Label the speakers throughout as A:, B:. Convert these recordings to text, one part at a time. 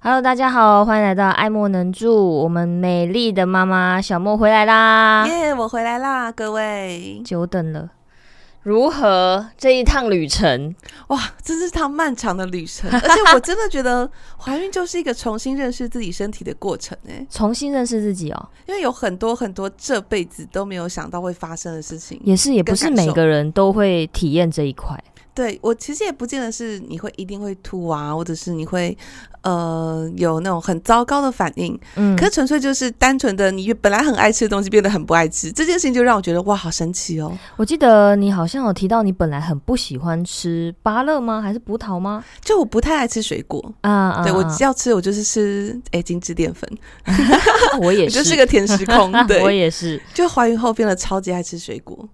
A: Hello，大家好，欢迎来到爱莫能助，我们美丽的妈妈小莫回来啦，
B: 耶我回来啦，各位！
A: 久等了。如何这一趟旅程？
B: 哇，这是趟漫长的旅 程，而且我真的觉得怀孕就是一个重新认识自己身体的过程哎、
A: 重新认识自己哦，
B: 因为有很多很多这辈子都没有想到会发生的事情。
A: 也是也不是
B: 跟感
A: 每
B: 受
A: 个人都会体验这一块。
B: 对我其实也不见得是你会一定会吐啊，或者是你会呃有那种很糟糕的反应，
A: 嗯，
B: 可纯粹就是单纯的你本来很爱吃的东西变得很不爱吃，这件事情就让我觉得哇，好神奇哦！
A: 我记得你好像有提到你本来很不喜欢吃芭乐吗？还是葡萄吗？
B: 就我不太爱吃水果。
A: 啊啊，
B: 对我
A: 啊
B: 只要吃，我就是吃哎、精致淀粉，
A: 啊我也，。
B: 我就是是个甜食控 对，
A: 我也是，
B: 就怀孕后变得超级爱吃水果，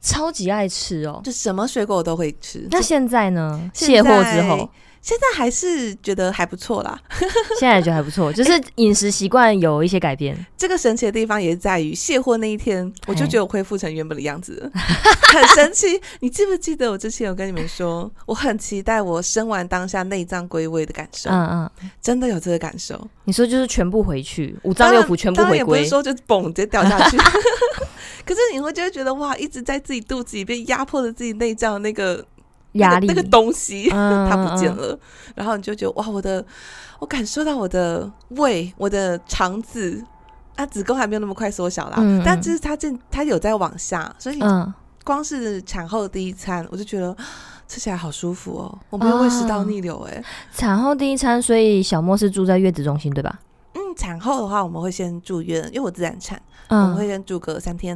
A: 超级爱吃哦。
B: 就什么水果我都会吃。
A: 那现在呢？卸
B: 现在
A: 货之后，
B: 现在还是觉得还不错啦。
A: 现在也觉得还不错，就是饮食习惯有一些改变。
B: 这个神奇的地方也在于卸货那一天，我就
A: 嘿
B: 觉得我恢复成原本的样子了， 很神奇。你记不记得我之前有跟你们说，我很期待我生完当下内脏归位的感受，
A: 嗯嗯，
B: 真的有这个感受。
A: 你说就是全部回去，五脏六腑全部
B: 当然
A: 回
B: 也不
A: 归
B: 是。说就嘣直接掉下 去。 可是你会就会觉得哇，一直在自己肚子里边压迫着自己内脏的那个那个
A: 压力
B: 那个东西，
A: 嗯
B: 它不见
A: 嗯嗯
B: 了，然后你就觉得哇，我的，我感受到我的胃，我的肠子，啊，子宫还没有那么快缩小啦，
A: 嗯嗯
B: 但就是它正它有在往下，所以
A: 嗯，
B: 光是产后第一餐，我就觉得吃起来好舒服哦，我没有胃食道逆流哎、
A: 产后第一餐，所以小莫是住在月子中心对吧？
B: 嗯，产后的话我们会先住院，因为我自然产，我们
A: 嗯，
B: 会先住个三天，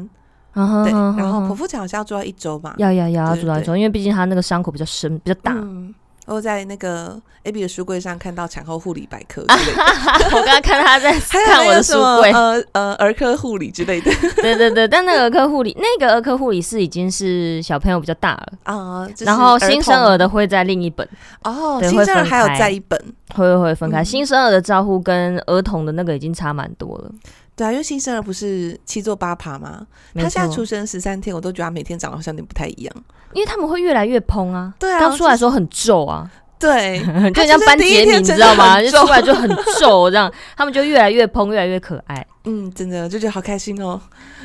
A: 嗯
B: 对，
A: 哼
B: 然后
A: 哼
B: 剖
A: 哼
B: 腹产好像要住到一周嘛，
A: 要要要要
B: 对
A: 住到
B: 对
A: 一周，因为毕竟他那个伤口比较深，比较大。
B: 嗯我在那个 AB 的书柜上看到产后护理百科之类的，
A: 我刚刚看他在
B: 还有
A: 啊看我
B: 那
A: 的
B: 个什
A: 书
B: 么
A: 柜，
B: 呃呃儿科护理之类的
A: 对对对，但那个儿科护理，那个儿科护理是已经是小朋友比较大了，
B: 啊，就是
A: 然后新生
B: 童
A: 儿的会在另一本，
B: 哦，
A: 对
B: 新
A: 会
B: 生儿
A: 分
B: 还有
A: 开
B: 在一本，
A: 会会会分开。
B: 嗯
A: 新生儿的照护跟儿童的那个已经差蛮多了。
B: 对啊，因为新生儿不是七坐八爬吗？
A: 没
B: 他现在
A: 错
B: 出生十三天，我都觉得他每天长得好像有点不太一样。
A: 因为他们会越来越蓬啊，
B: 对啊
A: 刚出来的时候很皱啊，
B: 对，
A: 就
B: 他
A: 像
B: 出生
A: 班
B: 第一
A: 杰明，
B: 天
A: 你
B: 真
A: 知
B: 的
A: 道吗？
B: 很
A: 就
B: 皱
A: 出来就很皱，这样他们就越来越蓬，越来越可爱。
B: 嗯，真的就觉得好开心哦，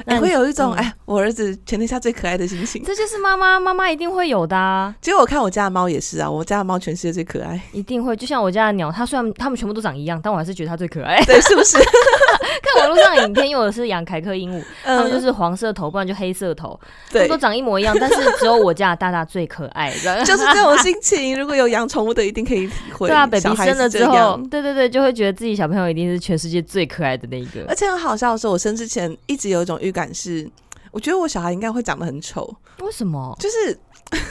A: 那
B: 哎
A: 你
B: 会有一种
A: 嗯
B: 哎，我儿子全天下最可爱的心情。
A: 这就是妈妈，妈妈一定会有的、啊，
B: 结果我看我家的猫也是啊，我家的猫全世界最可爱，
A: 一定会。就像我家的鸟，它虽然它们全部都长一样，但我还是觉得它最可爱。
B: 对，是不是？
A: 看网络上的影片，因为我是养凯克鹦鹉，它们就
B: 嗯，
A: 是黄色头，不然就黑色头，它
B: 对
A: 们都，长一模一样，但是只有我家的大大最可爱。这样
B: 就是这种心情。如果有养宠物的，一定可以体 会。
A: 对啊
B: 小
A: ，baby
B: 孩
A: 生
B: 是
A: 了
B: 这
A: 之后
B: 样，
A: 对对对，就会觉得自己小朋友一定是全世界最可爱的那一个
B: 而。且很好笑的是，我生之前一直有一种预感是，我觉得我小孩应该会长得很丑，
A: 为什么？
B: 就是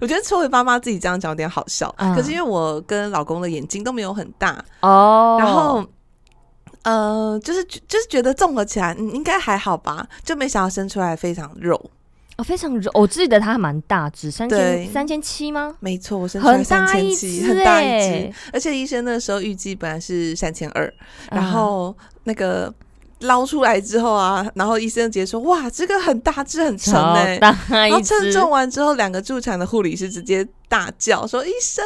B: 我觉得作为妈妈自己这样讲有点好笑，
A: 嗯
B: 可是因为我跟老公的眼睛都没有很大，
A: 哦，
B: 然后。呃，就是就是觉得综合起来，嗯，应该还好吧，就没想到生出来非常肉。
A: 哦，非常柔，我记得它还蛮大只，三千
B: 对
A: 三千七吗？
B: 没错，我生出来
A: 很
B: 三
A: 大
B: 千
A: 一
B: 七，
A: 只
B: 很大一只
A: 哎，，
B: 而且医生那时候预计本来是三千二，然
A: 嗯
B: 后那个捞出来之后啊，然后医生直接说：“哇，这个很大只，很沉
A: 超
B: 哎、
A: 大
B: 然后
A: 一
B: 称
A: 只，
B: 重完之后，两个助产的护理师直接大叫说：“医生，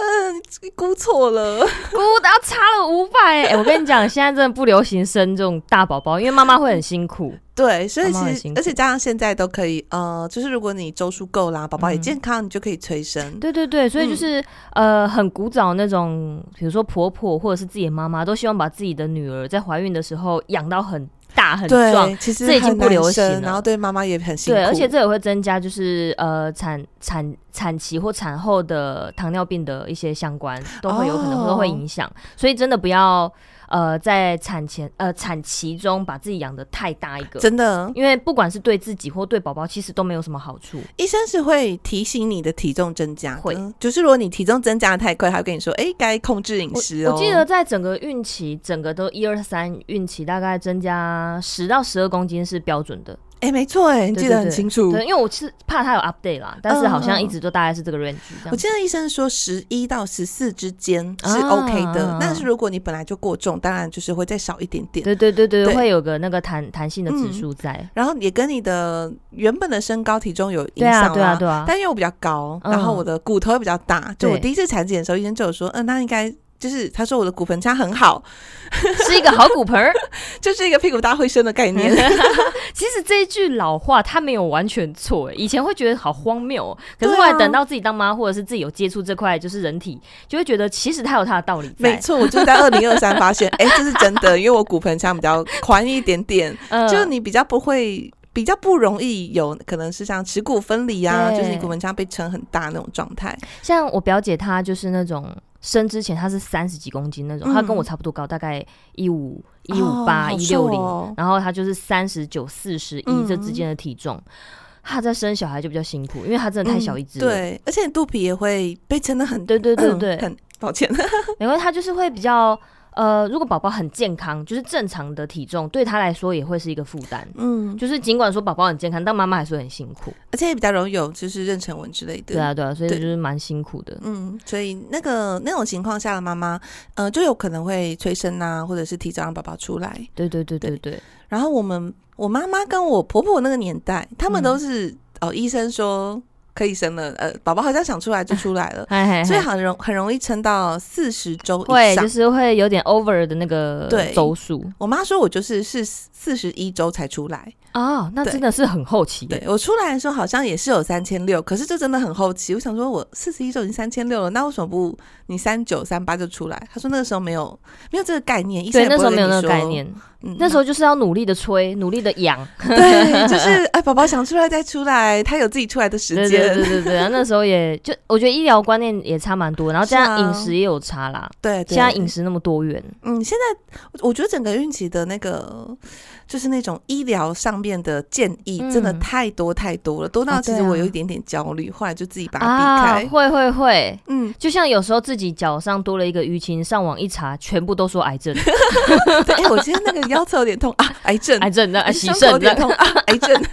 B: 你估 错了。
A: 咕哒差了五百哎！我跟你 讲，现在真的不流行生这种大宝宝，因为妈妈会很辛苦。”
B: 对，所以
A: 妈妈很
B: 其
A: 辛
B: 实
A: 苦
B: 而且加上现在都可以，呃，就是如果你周数够啦，宝宝也
A: 嗯
B: 健康，你就可以催生。
A: 对对对，所以就是、呃，很古早那种，比如说婆婆或者是自己的妈妈，都希望把自己的女儿在怀孕的时候养到很大很壮。
B: 对，其实
A: 这已经
B: 很
A: 不
B: 难
A: 流行
B: 生
A: 了
B: 然后对妈妈也很辛苦。
A: 对，而且这也会增加就是呃产产产期或产后的糖尿病的一些相关，都会有可能
B: 哦
A: 都会影响。所以真的不要呃在产前呃产期中把自己养的太大一个。
B: 真的，
A: 因为不管是对自己或对宝宝，其实都没有什么好处。
B: 医生是会提醒你的体重增加的，
A: 会
B: 就是如果你体重增加的太快，他会跟你说：“哎、该控制饮
A: 我
B: 食哦。”
A: 我记得在整个孕期，整个都一二三孕期，大概增加十到十二公斤是标准的。
B: 哎、没错，哎，你
A: 对
B: 记
A: 对
B: 得很
A: 对
B: 清楚。
A: 对，因为我是怕它有 update 啦，但是好像
B: 嗯嗯
A: 一直都大概是这个 range 这样
B: 我
A: 子。
B: 记得医生说十一到十四之间是
A: 啊
B: OK 的
A: 啊，
B: 但是如果你本来就过重，当然就是会再少一点点。
A: 对对对对，
B: 对
A: 会有个那个弹弹性的指
B: 嗯
A: 数在。
B: 然后也跟你的原本的身高体重有影
A: 对啊
B: 响
A: 对
B: 啦
A: 啊对啊。
B: 但因为我比较高，
A: 嗯
B: 然后我的骨头也比较大，就我
A: 对
B: 第一次产检的时候，医生就有说，嗯，那应该就是他说我的骨盆腔很好，
A: 是一个好骨盆儿。
B: 就是一个屁股大会生的概念。
A: 其实这一句老话，他没有完全错欸。以前会觉得好荒谬哦，可是
B: 对啊
A: 后来等到自己当妈，或者是自己有接触这块就是人体，就会觉得其实它有它的道理
B: 没
A: 在。
B: 错，我就在二零二三发现，哎、这是真的，因为我骨盆腔比较宽一点点，
A: 嗯
B: 就是你比较不会。比较不容易有可能是像耻骨分离啊，
A: 对
B: 就是你骨盆腔被撑很大那种状态。
A: 像我表姐，她就是那种生之前她是三十几公斤那种，
B: 嗯
A: 她跟我差不多高，大概一五一
B: 哦
A: 五八
B: 好
A: 一
B: 瘦
A: 六
B: 哦
A: 零，然后她就是三十九四十一
B: 嗯
A: 这之间的体重。她在生小孩就比较辛苦，因为她真的太小一只
B: 嗯
A: 了。
B: 对，而且你肚皮也会被撑得很，嗯
A: 对对对对
B: 很 抱歉，
A: 没关系，他就是会比较呃，如果宝宝很健康，就是正常的体重，对他来说也会是一个负担。
B: 嗯，
A: 就是尽管说宝宝很健康，但妈妈还是会很辛苦。
B: 而且也比较容易有就是妊娠纹之类的。
A: 对啊，对啊，所以
B: 对
A: 就是蛮辛苦的。
B: 嗯，所以那个那种情况下的妈妈，呃，就有可能会催生啊，或者是提早让宝宝出来。
A: 对对对对对，，
B: 然后我们我妈妈跟我婆婆那个年代，他们都是、哦，医生说可以生了，呃，宝宝好像想出来就出来了
A: 嗨嗨
B: 所以
A: 嗨，
B: 很容很容易撑到四十周以
A: 哎会就
B: 上。
A: 是会有点 over 的那个
B: 对
A: 周数
B: 我妈说我就是是四十一周才出来，
A: 啊，那
B: 对
A: 真的是很后期耶。
B: 对我出来的时候好像也是有三千六，可是这真的很后期。我想说我四十一周已经三千六了，那为什么不你三九三八就出来？她说那个时候没有没有这个概念，医
A: 对，
B: 生也
A: 那
B: 不
A: 时候
B: 会
A: 没
B: 跟
A: 有
B: 你
A: 那个
B: 说
A: 概，念，
B: 嗯
A: 那时候就是要努力的催，努力的养。
B: 对，就是哎，宝宝想出来再出来，他有自己出来的时
A: 对
B: 间。
A: 对对对对，那时候也就我觉得医疗观念也差蛮多，然后加上
B: 是啊
A: 饮食也有差啦。
B: 对，对
A: 现在饮食那么多元，
B: 嗯，现在我我觉得整个孕期的那个就是那种医疗上面的建议，
A: 嗯
B: 真的太多太多了，多到
A: 啊
B: 其实
A: 对啊
B: 我有一点点焦虑，后来就自己把它
A: 啊，
B: 避开。
A: 会会会，
B: 嗯，
A: 就像有时候自己脚上多了一个淤青，上网一查，全部都说癌 症，
B: 对，哎、我今天那个腰侧有点痛啊，癌症，
A: 癌症的，那洗
B: 伤口有
A: 肾的
B: 点，痛啊，癌症，
A: 就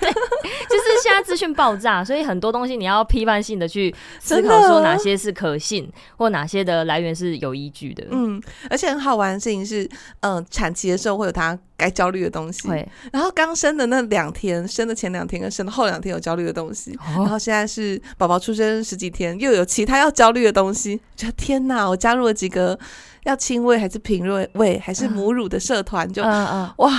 A: 是现在资讯爆炸，所以很多东西你要批判性的去思
B: 真
A: 考，
B: 的
A: 说哪些是可信，或哪些的来源是有依据的。
B: 嗯，而且很好玩的事情是，嗯、产期的时候会有他该焦虑的东西，
A: 会，
B: 然后刚生的那两天，生的前两天跟生的后两天有焦虑的东西，然
A: 哦，
B: 后现在是宝宝出生十几天，又有其他要焦虑的东西，就天哪！我加入了几个要亲喂还是平喂喂还是母乳的社团，就、
A: 嗯嗯，
B: 哇，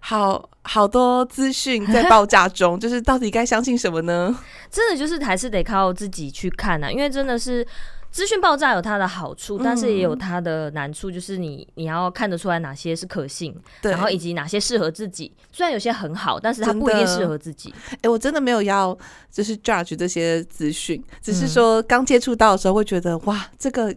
B: 好好多资讯在爆炸中，就是到底该相信什么呢？
A: 真的就是还是得靠自己去看啊，因为真的是。资讯爆炸有它的好处，
B: 嗯
A: 但是也有它的难处，就是你你要看得出来哪些是可信，
B: 对，
A: 然后以及哪些适合自己。虽然有些很好，但是它
B: 真
A: 不一定
B: 的
A: 适合自己。
B: 哎，我真的没有要就是 judge 这些资讯，只
A: 嗯
B: 是说刚接触到的时候会觉得哇，这个。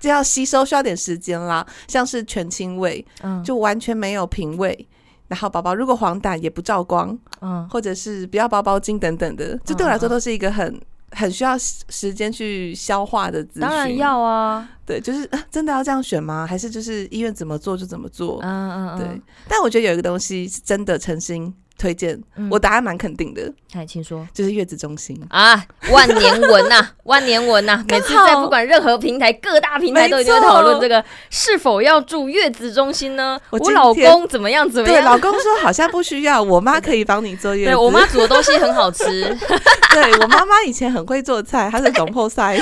B: 这要吸收需要点时间啦，像是全亲喂
A: 嗯，
B: 就完全没有平喂，然后宝宝如果黄疸也不照光，
A: 嗯，
B: 或者是不要包包巾等等的，这对我来说都是一个很很需要时时间去消化的资讯。
A: 当然，要啊，
B: 对，就是、啊真的要这样选吗？还是就是医院怎么做就怎么做？
A: 嗯嗯嗯，
B: 对，但我觉得有一个东西是真的诚心推荐，
A: 嗯
B: 我答案蛮肯定的，
A: 哎，请说
B: 就是月子中心。
A: 啊，万年文呐、 万年文呐、每次在
B: 好
A: 不管任何平台，各大平台都一定会
B: 没错
A: 讨论这个是否要住月子中心呢？
B: 我
A: 我
B: 今
A: 老
B: 天
A: 公怎么样怎么
B: 对，
A: 样？
B: 老公说好像不 需要，我妈可以帮你做月
A: 对
B: 子。
A: 我妈煮的东西很好吃，
B: 对我妈妈以前很会做菜，她是总 后塞。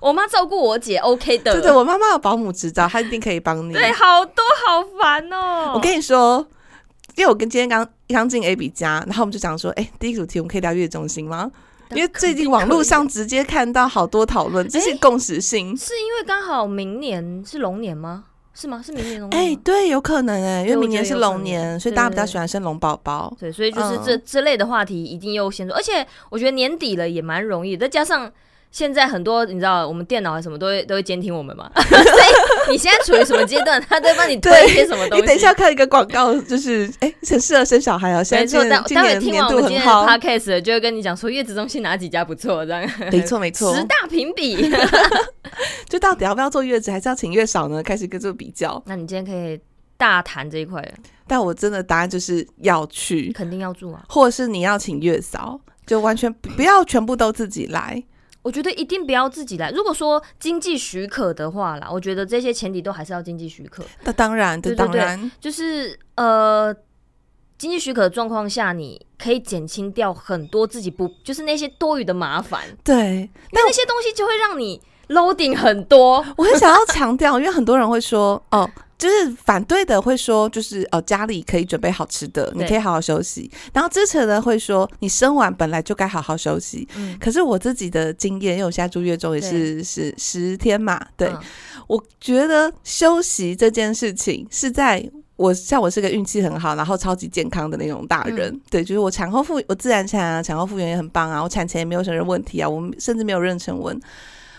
A: 我妈照顾我姐，OK 的。
B: 对对，我妈妈有保姆执照，她一定可以帮你。
A: 对好多好烦哦、
B: 我跟你说，因为我跟今天刚刚进 A B 家，然后我们就讲说，哎、第一个主题我们可以聊月中心吗？因为最近网络上
A: 啊
B: 直接看到好多讨论，
A: 哎
B: 这是共识性。
A: 是因为刚好明年是龙年吗？是吗？是明年龙年
B: 哎、
A: 吗？
B: 对，有可能哎、因为明年是龙
A: 对我觉得有可
B: 年，
A: 能
B: 所以大家比较喜欢生龙宝宝。
A: 对，所以就是这、这类的话题一定优先做，而且我觉得年底了也蛮容易，再加上现在很多你知道，我们电脑啊什么都会都会监听我们嘛， 所以你现在处于什么阶段，他都会帮你推
B: 对
A: 一些什么东
B: 你
A: 西。
B: 等一下看一个广告，就是哎、很适合生小孩哦、现在
A: 没错，
B: 今
A: 待
B: 年
A: 待会
B: 今年
A: 听
B: 年
A: 完我
B: 度
A: 们今
B: 很
A: 天的
B: 好，
A: podcast 就会跟你讲说月子中心哪几家不错，这样
B: 没错没错
A: 十，大评比。
B: 就到底要不要做月子，还是要请月嫂呢？开始跟做比较。
A: 那你今天可以大谈这一块，
B: 但我真的答案就是要去，
A: 肯定要住啊！
B: 或者是你要请月嫂，就完全不要全部都自己来。
A: 我觉得一定不要自己来。如果说经济许可的话啦，我觉得这些前提都还是要经济许可。
B: 那当然，这
A: 对对
B: 当
A: 对
B: 然，
A: 就是呃，经济许可的状况下，你可以减轻掉很多自己不就是那些多余的麻烦，
B: 对。
A: 那那些东西就会让你 loading 很多，
B: 我很想要强 调，因为很多人会说，哦，就是反对的会说，就是哦，家里可以准备好吃的，你
A: 对
B: 可以好好休息。然后支持的会说，你生完本来就该好好休息。
A: 嗯，
B: 可是我自己的经验，因为我现在住月中也是十十天嘛，对、
A: 嗯
B: 我觉得休息这件事情是在。我像我是个运气很好，然后超级健康的那种大人，对，就是我产后复我自然产啊，产后复原也很棒啊，我产前也没有什么问题啊，我甚至没有妊娠纹，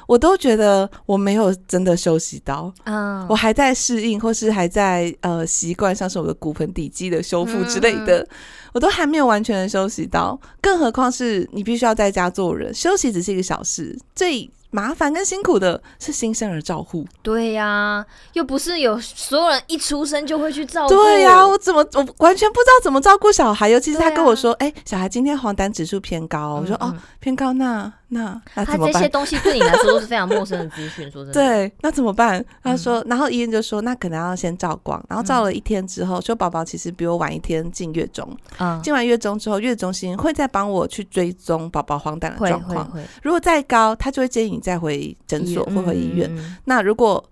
B: 我都觉得我没有真的休息到，
A: 嗯
B: 我还在适应，或是还在呃习惯，像是我的骨盆底肌的修复之类的，我都还没有完全的休息到，更何况是你必须要在家做人，休息只是一个小事，最麻烦跟辛苦的是新生儿照护。
A: 对呀、又不是有所有人一出生就哦会去照顾。嗯
B: 对呀、我怎么我完全不知道怎么照顾小孩，尤其是他
A: 对啊
B: 跟我说，哎、小孩今天黄疸指数偏高，我说
A: 嗯
B: 哦，偏高，那那那
A: 他
B: 怎么
A: 这
B: 办
A: 些？东西对你来说都是非常陌生的资讯，说真的。，
B: 对，那怎么办？
A: 嗯
B: 他说，然后医院就说，那可能要先照光，然后照了一天之后，说宝宝其实比我晚一天进月中，
A: 嗯，
B: 进完月中之后，月中心会再帮我去追踪宝宝黄疸的
A: 会
B: 状
A: 会
B: 况。
A: 会，
B: 如果再高，他就会建议你再回诊所
A: 医
B: 或回医院。
A: 嗯嗯
B: 那如果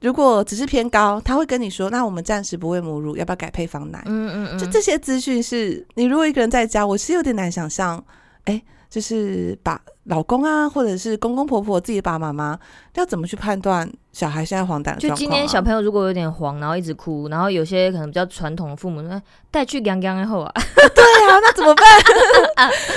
B: 如果只是偏高，他会跟你说，那我们暂时不喂母乳，要不要改配方奶？
A: 嗯嗯嗯，
B: 就这些资讯是你如果一个人在家，我是有点难想象，哎、就是把老公啊，或者是公公婆婆、自己的爸爸妈妈，要怎么去判断小孩现在黄疸的状
A: 就
B: 况、啊？
A: 今天小朋友如果有点黄，然后一直哭，然后有些可能比较传统的父母说哎带去养养后啊，
B: 对啊，那怎么 办？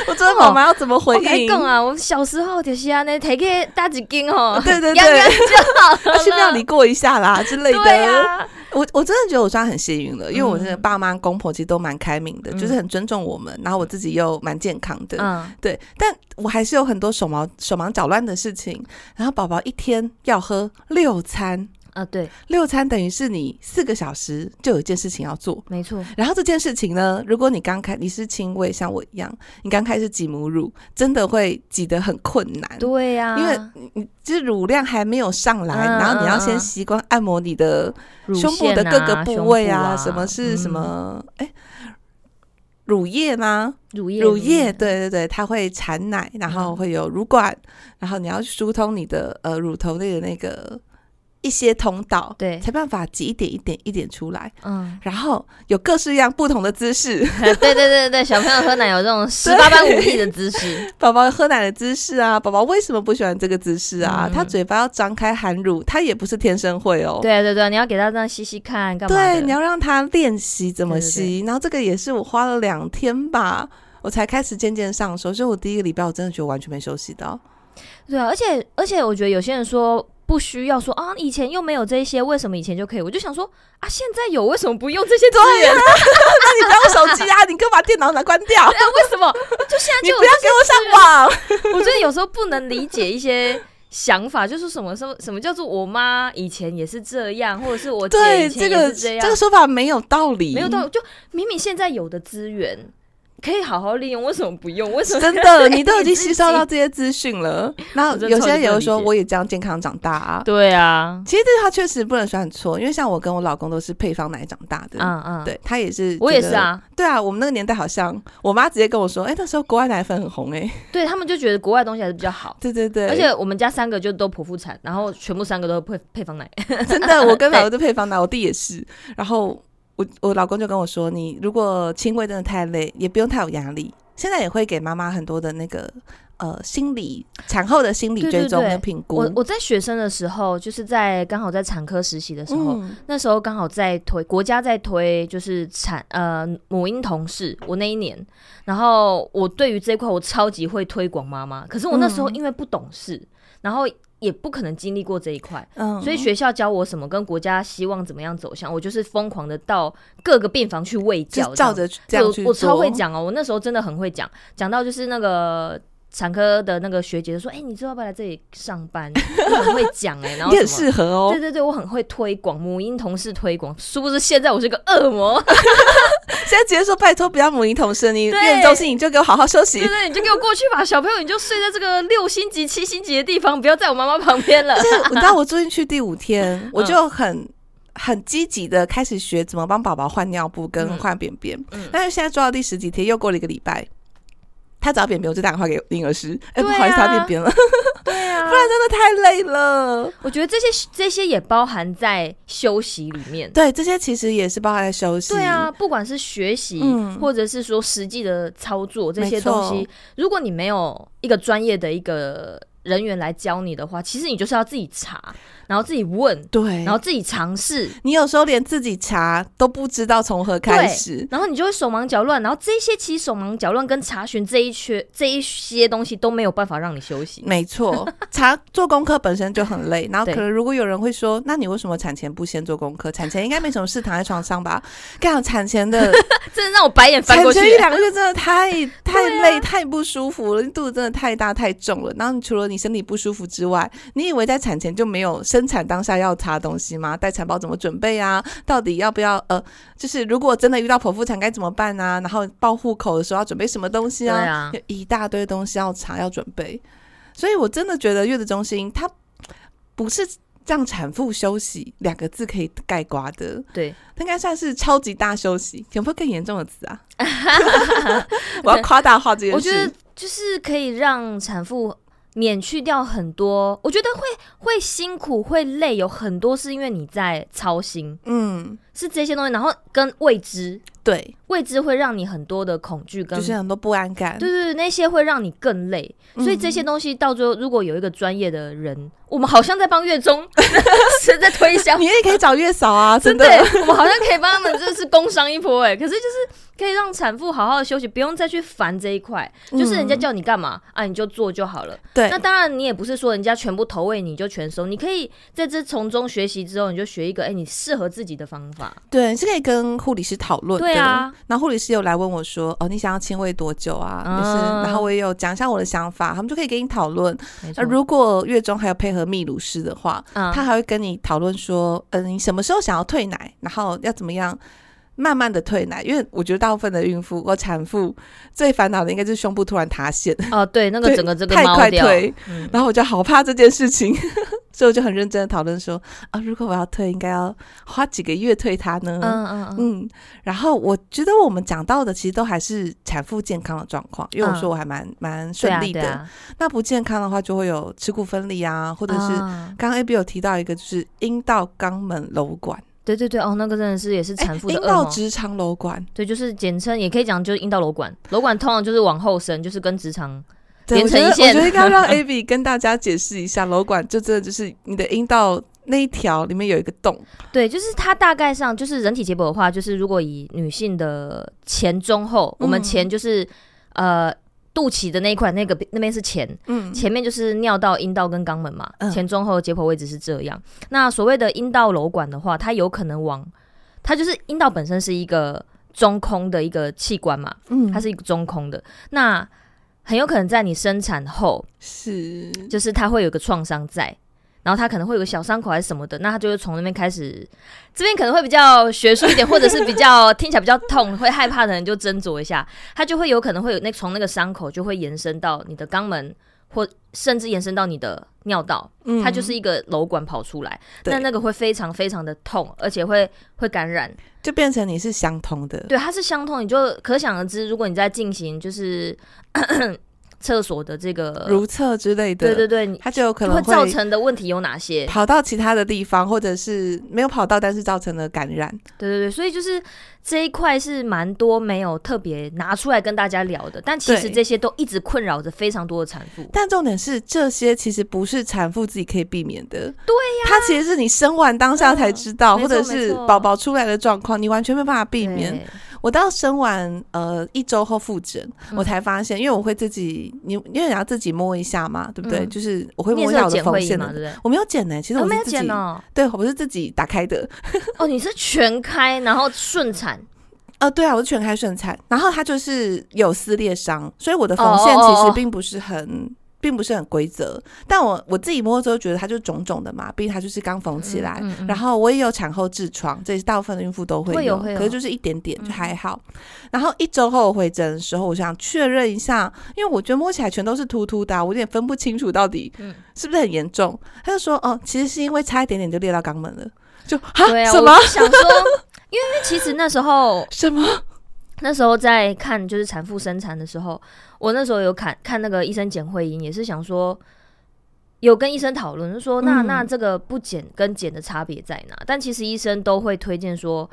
B: 我真的妈妈要怎么回
A: 我跟你
B: 应？
A: 讲啊，我小时候就是啊，那 take 大几斤哦，
B: 对对
A: 养养
B: 对，啊
A: 就好 了啦。
B: 去庙里过一下啦之类的。
A: 对啊呀，
B: 我我真的觉得我算很幸运了，因为我真的
A: 嗯
B: 爸妈公婆其实都蛮开明的，
A: 嗯
B: 就是很尊重我们，然后我自己又蛮健康的。
A: 嗯，
B: 对，但我还是有很多手忙手忙脚乱的事情。然后宝宝一天要喝六餐，
A: 啊，对，
B: 六餐等于是你四个小时就有一件事情要做。
A: 没错，
B: 然后这件事情呢，如果你刚开你是亲喂，像我一样，你刚开始挤母乳，真的会挤得很困难。
A: 对啊呀，
B: 因为就是乳量还没有上来，
A: 嗯
B: 然后你要先
A: 嗯
B: 习惯按摩你的
A: 乳
B: 胸部
A: 腺
B: 的各
A: 啊
B: 个
A: 胸
B: 部位啊，
A: 啊
B: 什么是什
A: 嗯
B: 么？哎、乳液吗？
A: 乳液
B: 乳液，，对对对，它会产奶，然后
A: 嗯
B: 会有乳管，然后你要疏通你的呃乳头内的那个一些通道，
A: 对，
B: 才办法挤一点一点一点出来。
A: 嗯，
B: 然后有各式样不同的姿势，
A: 对对对对，小朋友喝奶有这种十八般武艺的姿 势，
B: 宝宝喝奶的姿势啊，宝宝为什么不喜欢这个姿势啊？
A: 嗯
B: 他嘴巴要张开含乳，他也不是天生会哦。
A: 对对对，你要给他这样吸吸看，干嘛的？
B: 对，你要让他练习怎么
A: 对对
B: 吸。然后这个也是我花了两天吧，我才开始渐渐上手。所以我第一个礼拜我真的觉得完全没休息到。
A: 对啊，而且而且，我觉得有些人说不需要说啊，以前又没有这些，为什么以前就可以？我就想说啊，现在有，为什么不用这些资源？
B: 那你不要手机啊，你给我把电脑拿关掉，
A: 对啊，为什么？就现在
B: 你
A: 就
B: 不要给我上网。
A: 我觉得有时候不能理解一些。想法就是什么什么什么叫做我妈以前也是这样，或者是我姐
B: 对，
A: 以前
B: 这
A: 也是
B: 个
A: 这样，
B: 个说法没有道理，
A: 没有到就明明现在有的资源可以好好利用，为什么不用？为什么
B: 真的，你都
A: 你
B: 已经
A: 自
B: 吸收到
A: 己
B: 这些资讯了。然后
A: 我真
B: 有
A: 超
B: 些人
A: 级
B: 也
A: 不
B: 会
A: 理
B: 说，
A: 解
B: 我也这样健康长大啊。
A: 对啊，
B: 其实这句话确实不能算错，因为像我跟我老公都是配方奶长大的。
A: 嗯嗯，，
B: 对他也是，
A: 我也是。啊，
B: 对啊，我们那个年代好像，我妈直接跟我说，哎、那时候国外奶粉很红、诶，哎，
A: 对他们就觉得国外东西还是比较好，
B: 对对对，
A: 而且我们家三个就都剖腹产，然后全部三个都配配方奶，
B: 真的，我跟老公都配方奶，我弟也是，然后我我老公就跟我说，你如果亲喂真的太累，也不用太有压力，现在也会给妈妈很多的那个呃心理产后的心理
A: 对对
B: 追踪
A: 对
B: 跟评估，
A: 我我在学生的时候，就是在刚好在产科实习的时候，
B: 嗯
A: 那时候刚好在推国家在推就是产呃母婴同事，我那一年，然后我对于这一块我超级会推广妈妈，可是我那时候
B: 嗯
A: 因为不懂事，然后也不可能经历过这一块。
B: 嗯
A: 所以学校教我什么，跟国家希望怎么样走向，我就是疯狂的到各个病房去喂
B: 就
A: 教，
B: 照着这样去
A: 我我超会
B: 做，
A: 讲哦，我那时候真的很会讲，讲到就是那个产科的那个学姐就说：“哎、你之后要不要来这里上班？”我很会讲哎、然后
B: 你很
A: 什么。
B: 适合哦
A: 对。对对，我很会推广母婴同事推广，殊不知现在我是个恶魔。
B: 现在直接说拜托不要母婴同事，你
A: 对
B: 院中心你就给我好好休息
A: 对。对，你就给我过去吧，小朋友，你就睡在这个六星级、七星级的地方，不要在我妈妈旁边了。
B: 这 你知道，我最近去第五
A: 嗯
B: 天，我就很。很积极的开始学怎么帮宝宝换尿布跟
A: 嗯
B: 换便便
A: 嗯，
B: 但是现在做到第十几天，又过了一个礼拜，他找到扁扁，我就打电话给婴儿师，哎、不
A: 对
B: 好意思，
A: 啊
B: 他变扁了，
A: 对啊
B: 不然真的太累了。
A: 我觉得这些这些也包含在休息里面。
B: 对，这些其实也是包含在休息。
A: 对啊，，不管是学习，
B: 嗯
A: 或者是说实际的操作这些
B: 没错
A: 东西，如果你没有一个专业的一个人员来教你的话，其实你就是要自己查，然后自己问，
B: 对
A: 然。后自己尝试，
B: 你有时候连自己查都不知道从何开始，
A: 然后你就会手忙脚乱。然后这些其实手忙脚乱跟查询这一缺这一些东西都没有办法让你休息。
B: 没错，查做功课本身就很累。然后
A: 对
B: 可能如果有人会说，那你为什么产前不先做功课？产前应该没什么事，躺在床上吧。干好产前的
A: 真的让我白眼 翻
B: 产
A: 过去
B: 前。一两个月真的太太累、太不舒服了，你肚子真的太大太重了。然后你除了你身体不舒服之外，你以为在产前就没有生产当下要查东西吗？待产包怎么准备啊？到底要不要呃，就是如果真的遇到剖腹产该怎么办啊？然后报户口的时候要准备什么东西
A: 对
B: 啊？
A: 啊，
B: 有一大堆东西要查要准备，所以我真的觉得月子中心它不是让产妇休息两个字可以概括的，
A: 对，
B: 它应该算是超级大休息。有没有更严重的词啊？ 我要夸大化这
A: 我
B: 件
A: 觉得
B: 事。
A: 就是可以让产妇免去掉很多，我觉得会会辛苦会累，有很多是因为你在操心，
B: 嗯，
A: 是这些东西，然后跟未知，
B: 对，
A: 未知会让你很多的恐惧跟。
B: 就是很多不安感。
A: 对对对，那些会让你更累，
B: 嗯
A: 所以这些东西到最后，如果有一个专业的人，我们好像在帮月中 是在推销，
B: 你也可以找月嫂啊，真的。
A: 对，我们好像可以帮他们就是工商一波哎、可是就是可以让产妇好好休息，不用再去烦这一块。就是人家叫你干嘛、啊，你就做就好了。
B: 嗯对
A: 那当然你也不是说人家全部投喂你就全收，你可以在这从中学习之后，你就学一个哎、你适合自己的方法。
B: 对，是可以跟护理师讨论的。
A: 对啊，
B: 然后护理师有来问我说：“哦，你想要亲喂多久啊？”
A: 嗯
B: 就是，然后我也有讲一下我的想法，他们就可以给你讨论。
A: 没
B: 那
A: 错，
B: 啊如果月中还有配合泌乳师的话，
A: 啊
B: 他还会跟你讨论说，嗯、你什么时候想要退奶，然后要怎么样慢慢的退奶，因为我觉得大部分的孕妇或产妇最烦恼的应该就是胸部突然塌陷，
A: 哦对，那个
B: 对
A: 整 个这个
B: 太
A: 猫
B: 快
A: 掉，
B: 退，
A: 嗯，
B: 然后我就好怕这件事情， 所以我就很认真的讨论说，啊，如果我要退，应该要花几个月退它呢？
A: 嗯嗯嗯，
B: 嗯，然后我觉得我们讲到的其实都还是产妇健康的状况，因为我
A: 嗯
B: 说我还蛮蛮
A: 对
B: 顺
A: 啊
B: 利的。
A: 对啊，
B: 那不健康的话，就会有耻骨分离啊，
A: 或
B: 或者是刚刚 A B 有提到一个，就是阴道肛门瘘管，
A: 对对对哦，那个真的是也是
B: 哎
A: 产妇的
B: 阴
A: 噩
B: 道
A: 梦。
B: 直肠瘘管，
A: 对，就是简称，也可以讲就是阴道瘘管。瘘管通常就是往后伸，就是跟直肠
B: 对
A: 连成
B: 我觉得
A: 一线
B: 我觉得应该让 A B 跟大家解释一下，瘘管就真的就是你的阴道那一条里面有一个洞，
A: 对，就是它大概上就是人体解剖的话，就是如果以女性的前中后，我
B: 嗯
A: 们前就是呃肚脐的那一块，那个那边是前，
B: 嗯，
A: 前面就是尿道、阴道跟肛门嘛，
B: 嗯
A: 前中后解剖位置是这样。那所谓的阴道瘘管的话，它有可能往，它就是阴道本身是一个中空的一个器官嘛，
B: 嗯
A: 它是一个中空的，那很有可能在你生产后，
B: 是
A: 就是他会有个创伤在，然后他可能会有个小伤口还是什么的，那他就会从那边开始，这边可能会比较学术一点，或者是比较听起来比较痛，会害怕的人就斟酌一下，他就会有可能会有那从那个伤口就会延伸到你的肛门，或甚至延伸到你的尿道，
B: 嗯
A: 它就是一个瘘管跑出来，
B: 对
A: 那那个会非常非常的痛，而且会会感染，
B: 就变成你是相通的，
A: 对，它是相通，你就可想而知，如果你在进行就是 厕所的这个。
B: 如厕之类的，
A: 呃对对对，你
B: 它就有可能
A: 会造成的问题有哪些？
B: 跑到其他的地方，或者是没有跑到，但是造成了感染。
A: 对对对，所以就是这一块是蛮多没有特别拿出来跟大家聊的，但其实
B: 对
A: 这些都一直困扰着非常多的产妇。
B: 但重点是，这些其实不是产妇自己可以避免的。对呀、它其实是你生完当下才知道，
A: 嗯
B: 或者
A: 没
B: 是
A: 错没错
B: 宝宝出来的状况，你完全没办法避
A: 对
B: 免。我到生完呃一周后复诊，
A: 嗯
B: 我才发现，因为我会自己，你因为你要自己摸一下嘛，对不对？
A: 嗯
B: 就是我会
A: 你也
B: 摸一
A: 是
B: 下
A: 有
B: 我的
A: 剪
B: 缝
A: 会议
B: 线
A: 嘛，
B: 的
A: 对不对？
B: 我没有剪呢、其实
A: 哦
B: 我
A: 没
B: 是
A: 有
B: 自己，
A: 剪哦，
B: 对我是自己打开的。
A: 哦，你是全开然后顺产，
B: 呃，对啊，我是全开顺产，然后它就是有撕裂伤，所以我的缝
A: 哦
B: 线
A: 哦
B: 其
A: 哦
B: 实
A: 哦
B: 并不是很。并不是很规则，但我我自己摸之后觉得它就肿肿的嘛，毕竟它就是刚缝起来。
A: 嗯嗯嗯
B: 然后我也有产后痔疮，这也是大部分的孕妇都会有，
A: 会有会有
B: 可是就是一点点
A: 嗯
B: 就还好。然后一周后我回诊的时候，我想确认一下，因为我觉得摸起来全都是突突的啊、我有点分不清楚到底
A: 嗯
B: 是不是很严重。他就说哦，其实是因为差一点点就裂到肛门了，就哈、
A: 对啊，
B: 什
A: 我
B: 么
A: 就想说，因为因为其实那时候
B: 什么
A: 那时候在看就是产妇生产的时候，我那时候有看看那个医生简会英，也是想说。有跟医生讨论，就说那
B: 嗯
A: 那这个不减跟减的差别在哪？但其实医生都会推荐说，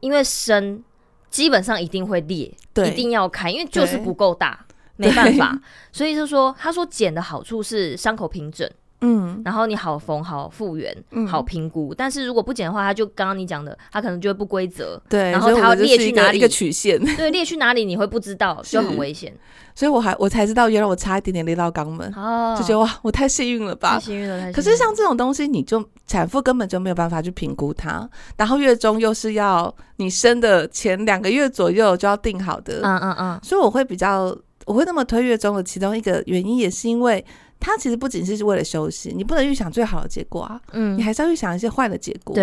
A: 因为生基本上一定会裂，
B: 对，
A: 一定要开，因为就是
B: 对
A: 不够大，没
B: 对
A: 办法。所以就说，他说剪的好处是伤口平整，
B: 嗯
A: 然后你好缝、好复原、
B: 嗯
A: 好评估。但是如果不剪的话，它就刚刚你讲的，它可能就会不规则，
B: 对，
A: 然后
B: 所以我
A: 它要
B: 就
A: 列
B: 是
A: 去
B: 一个
A: 哪里
B: 一个曲线，
A: 对，裂去哪里你会不知道，
B: 是
A: 就很危险。
B: 所以我还我才知道原来我差一点点裂到肛门，
A: 哦，
B: 就觉得哇，我太幸运了吧
A: 太。幸运了，太幸运了
B: 可是像这种东西，你就产妇根本就没有办法去评估它，然后月中又是要你生的前两个月左右就要定好的，
A: 嗯嗯嗯，
B: 所以我会比较，我会那么推月中的其中一个原因，也是因为它其实不仅是为了休息，你不能预想最好的结果啊，你
A: 嗯，
B: 还是要预想一些坏的结果。，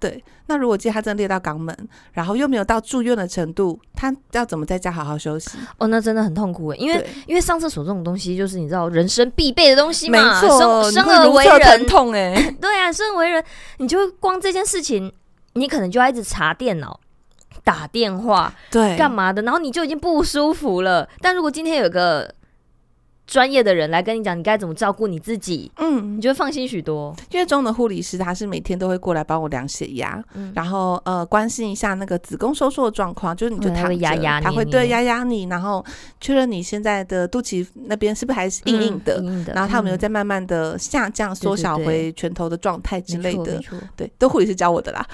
A: 对，
B: 那如果今天他真的裂到肛门，然后又没有到住院的程度，他要怎么在家好好休息？
A: 哦，那真的很痛苦诶，因为
B: 对
A: 因为上厕所这种东西就是你知道人生必备的东西
B: 没
A: 嘛，
B: 错，
A: 生
B: 你
A: 生
B: 会
A: 而
B: 如
A: 为
B: 厕
A: 人
B: 疼，痛哎、
A: 对啊，身为人，你就光这件事情，你可能就要一直查电脑、打电话
B: 对，
A: 干？嘛的，然后你就已经不舒服了。但如果今天有个专业的人来跟你讲你该怎么照顾你自己，
B: 嗯
A: 你，就会放心许多。
B: 月中的护理师他是每天都会过来帮我量血压，
A: 嗯
B: 然后呃关心一下那个子宫收缩的状况，就是你就
A: 嗯他
B: 躺
A: 会压
B: 着
A: 压
B: 他
A: 你
B: 会对
A: 你
B: 压压你，然后确认你现在的肚脐那边是不是还是硬硬的。
A: 嗯硬硬的。
B: 然后他有没有
A: 嗯
B: 再慢慢的下降，缩
A: 对
B: 小
A: 对
B: 回拳头的状态之类，
A: 没
B: 的？
A: 错没错
B: 对，都护理师教我的啦，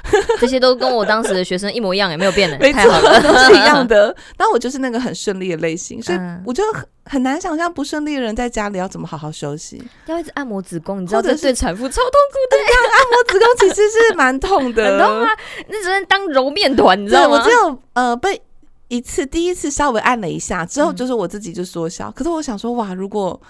A: 这些都跟我当时的学生一模一样，也没有变的，
B: 没错
A: 嗯太好，了，
B: 都是 一样的。然后我就是那个很顺利的类型，所以
A: 嗯
B: 我就很很难想象不顺利的人在家里要怎么好好休息。
A: 要一直按摩子宫，你知道
B: 或者
A: 这
B: 是
A: 对产妇超痛
B: 我子宫其实是蛮痛的，
A: 很痛啊，那只能当揉面团，你知
B: 对，
A: 道
B: 我
A: 吗
B: 只？有呃被一次，第一次稍微按了一下，之后
A: 嗯
B: 就是我自己就缩小。可是我想说，哇，如果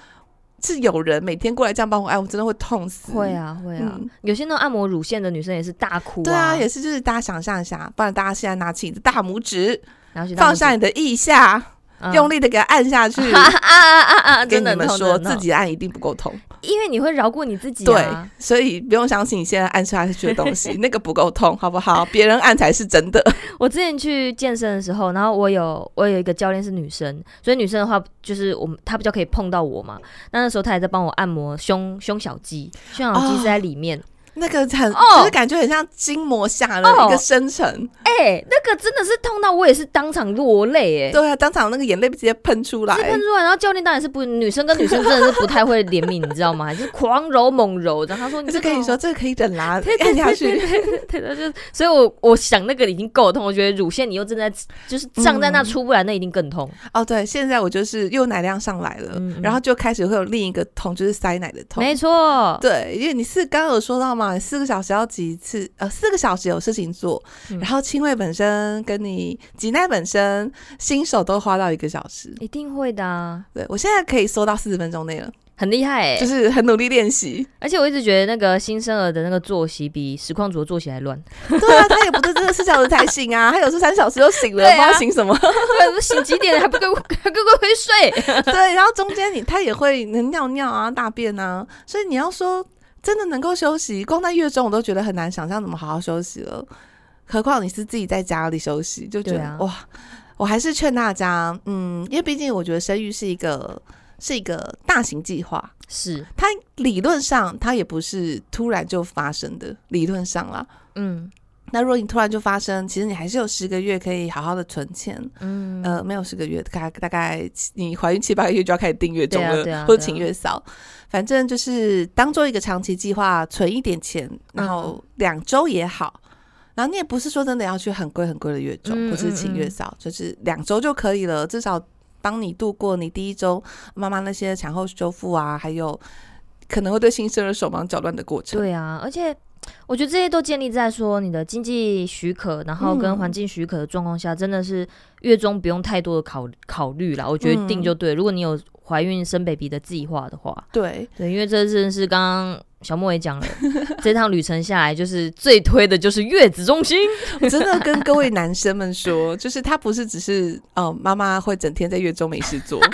B: 是有人每天过来这样帮我按，我真的会痛死。
A: 会。啊会啊
B: 嗯，
A: 有些那种按摩乳腺的女生也是大哭
B: 对啊，也是，就是大家想象一下，不然大家现在拿起你的大拇指，
A: 然后去当
B: 放下你的腋下，
A: 嗯，
B: 用力的给它按下去
A: 啊啊啊啊啊！真
B: 跟
A: 的
B: 你
A: 很
B: 们
A: 痛，
B: 说
A: 真的
B: 自
A: 很
B: 己按一定不够痛，
A: 痛，因为你会饶过你自己、
B: 对
A: 啊。，
B: 所以不用相信你现在按下去的东 西，那个不够痛，好不好？别人按才是真的。
A: 我之前去健身的时候，然后我有我有一个教练是女生，所以女生的话就是我们她比较可以碰到我嘛。那那时候她也在帮我按摩胸胸小肌，胸小肌是在里面，
B: 那个很，
A: 哦
B: 就是感觉很像筋膜下的
A: 哦
B: 一个深层，
A: 哎、那个真的是痛到我也是当场落泪哎、
B: 对啊，当场那个眼泪直接喷出来
A: 直，接喷出来，然后教练当然是不，女生跟女生真的是不太会怜悯，你知道 吗？还是狂揉猛揉，然后他说你
B: 就
A: 这
B: 跟
A: 个
B: 你说，这个可以忍啦，
A: 对
B: 按下去。
A: 对，他就所以我，我想那个已经够痛，我觉得乳腺你又正在就是胀在那
B: 嗯
A: 出不来，那一定更痛。
B: 哦，对，现在我就是又奶量上来了，
A: 嗯嗯
B: 然后就开始会有另一个痛，就是塞奶的痛。
A: 没错，
B: 对，因为你四刚刚有说到嘛，你四个小时要挤一次，呃，四个小时有事情做，
A: 嗯
B: 然后亲喂本身跟你挤奶本身，新手都花到一个小时。
A: 一定会的、啊，
B: 对我现在可以缩到四十分钟内了，
A: 很厉害哎、
B: 就是很努力练习。
A: 而且我一直觉得那个新生儿的那个作息比实况组的作息还乱，
B: 对啊，他也不是真的四小时才醒啊，他有时候三小时就醒了，
A: 对啊
B: 不知道 醒什么。
A: 对，我呃醒几点还不给我还不给我回睡？
B: 对，然后中间你他也会能尿尿啊、大便啊，所以你要说真的能够休息，光在月中我都觉得很难想象怎么好好休息了，何况你是自己在家里休息，就觉得、
A: 对啊
B: 哇，我还是劝大家，嗯，因为毕竟我觉得生育是一个是一个大型计划，
A: 是，
B: 它理论上它也不是突然就发生的，理论上啦。
A: 嗯
B: 那如果你突然就发生，其实你还是有十个月可以好好的存钱，
A: 嗯，
B: 呃，没有十个月，大概大概七你怀孕七八个月就要开始订月中
A: 对啊
B: 了，
A: 对啊
B: 或者
A: 对啊
B: 请月嫂，反正就是当做一个长期计划，存一点钱，然后
A: 嗯
B: 两周也好。然后你也不是说真的要去很贵很贵的月中，
A: 嗯
B: 或是请
A: 嗯
B: 月
A: 嗯
B: 嫂，就是两周就可以了，至少帮你度过你第一周妈妈那些产后修复啊，还有可能会对新生儿手忙脚乱的过程。
A: 对啊，而且我觉得这些都建立在说你的经济许可，然后跟
B: 嗯
A: 环境许可的状况下，真的是月中不用太多的考考虑啦。我觉得
B: 嗯
A: 定就对了，如果你有怀孕生 baby 的计划的话，
B: 对，
A: 对，因为这真的是刚刚小莫也讲了， 这趟旅程下来，就是最推的就是月子中心，
B: 我 真的跟各位男生们说，就是他不是只是呃，妈妈会整天在月中没事做。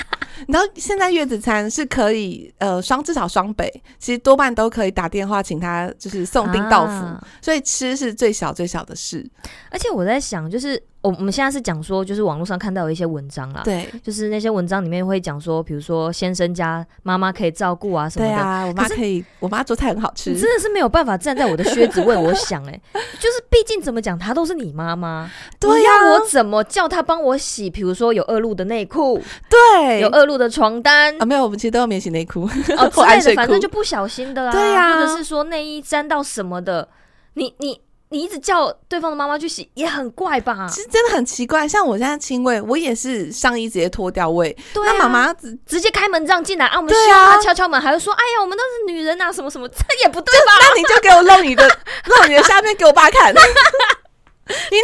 B: 然后现在月子餐是可以，呃，双至少双北，其实多半都可以打电话请他就是送订到府，
A: 啊
B: 所以吃是最小最小的事。
A: 而且我在想，就是我我们现在是讲说，就是网络上看到的一些文章啦，
B: 对
A: 就是那些文章里面会讲说，比如说先生家妈妈可以照顾啊什么
B: 对
A: 的。
B: 啊，我妈
A: 可是
B: 可以，我妈做菜很好吃
A: 你，真的是没有办法站在我的靴子为我想哎、就是毕竟怎么讲，她都是你妈妈，
B: 对啊
A: 你
B: 呀、
A: 要我怎么叫她帮我洗？比如说有恶露的内裤，
B: 对
A: 有恶露的床单，
B: 哎啊， 没有，我们其实都有免洗内裤，
A: 哦之
B: 或安
A: 类的，
B: 睡裤
A: 反正就不小心的啦，啊
B: 对啊呀
A: 或者是说内衣沾到什么的，你你你一直叫对方的妈妈去洗，也很怪吧？
B: 其实真的很奇怪。像我现在亲喂，我也是上衣直接脱掉喂，
A: 对、啊，
B: 那妈妈只
A: 直接开门这样进来啊，我们
B: 对
A: 笑
B: 啊
A: 啊，敲敲门，还会说，哎呀，我们都是女人啊，什么什么，这也不对吧？
B: 那你就给我露你的露你的下面给我爸 看。你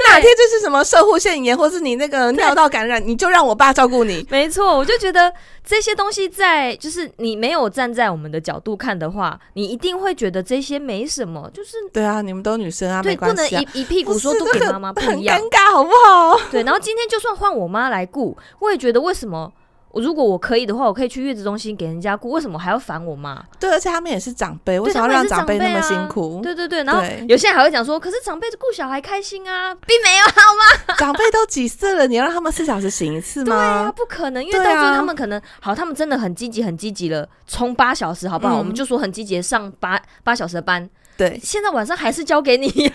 B: 哪天就是什么射护腺炎，或是你那个尿道感染，你就让我爸照顾你。
A: 没错，我就觉得这些东西在就是你没有站在我们的角度看的话，你一定会觉得这些没什么，就是
B: 对啊，你们都女生啊，
A: 对，
B: 没
A: 不
B: 关
A: 能
B: 系啊。
A: 一一屁股
B: 不是
A: 说都给
B: 这很
A: 妈妈，不
B: 很
A: 一样
B: 尴。尬，好不好？
A: 对，然后今天就算换我妈来顾，我也觉得为什么？我如果我可以的话，我可以去月子中心给人家顾，为什么还要烦我妈？
B: 对，而且他们也是长辈，为
A: 对
B: 什么要
A: 他们
B: 让
A: 也是
B: 长辈那么
A: 长辈啊
B: 辛苦？
A: 对对对，然后
B: 哦对
A: 有些人还会讲说，可是长辈顾小孩开心啊，并没有
B: 长辈都几岁了，你要让他们四小时醒一次
A: 啊对啊，
B: 吗？
A: 不可能，因为
B: 对
A: 到最后
B: 啊
A: 他们可能、好，他们真的很积极，很积极了，冲八小时好不好？
B: 嗯
A: 我们就说很积极地上八八小时的班，
B: 对，
A: 现在晚上还是交给你呀、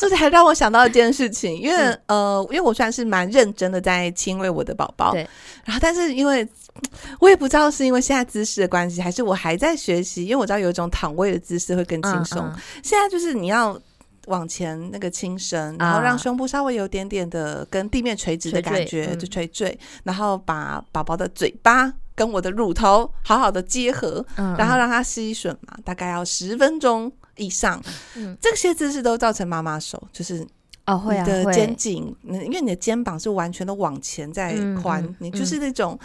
B: 这才让我想到一件事情，因为、
A: 嗯
B: 呃，因为我算是蛮认真的在亲喂我的宝宝，
A: 对。
B: 然后，但是因为我也不知道是因为现在姿势的关系，还是我还在学习，因为我知道有一种躺位的姿势会更轻松。
A: 嗯嗯
B: 现在就是你要。往前那个轻身，然后让胸部稍微有点点的跟地面垂直的感
A: 啊垂坠
B: 觉，
A: 嗯
B: 就垂坠，然后把宝宝的嘴巴跟我的乳头好好的结合，
A: 嗯
B: 然后让它吸吮嘛，大概要十分钟以上。
A: 嗯
B: 这些姿势都造成妈妈手，就是你
A: 哦会啊
B: 的肩
A: 会，
B: 颈，嗯因为你的肩膀是完全的往前在宽，
A: 嗯嗯
B: 你就是那种。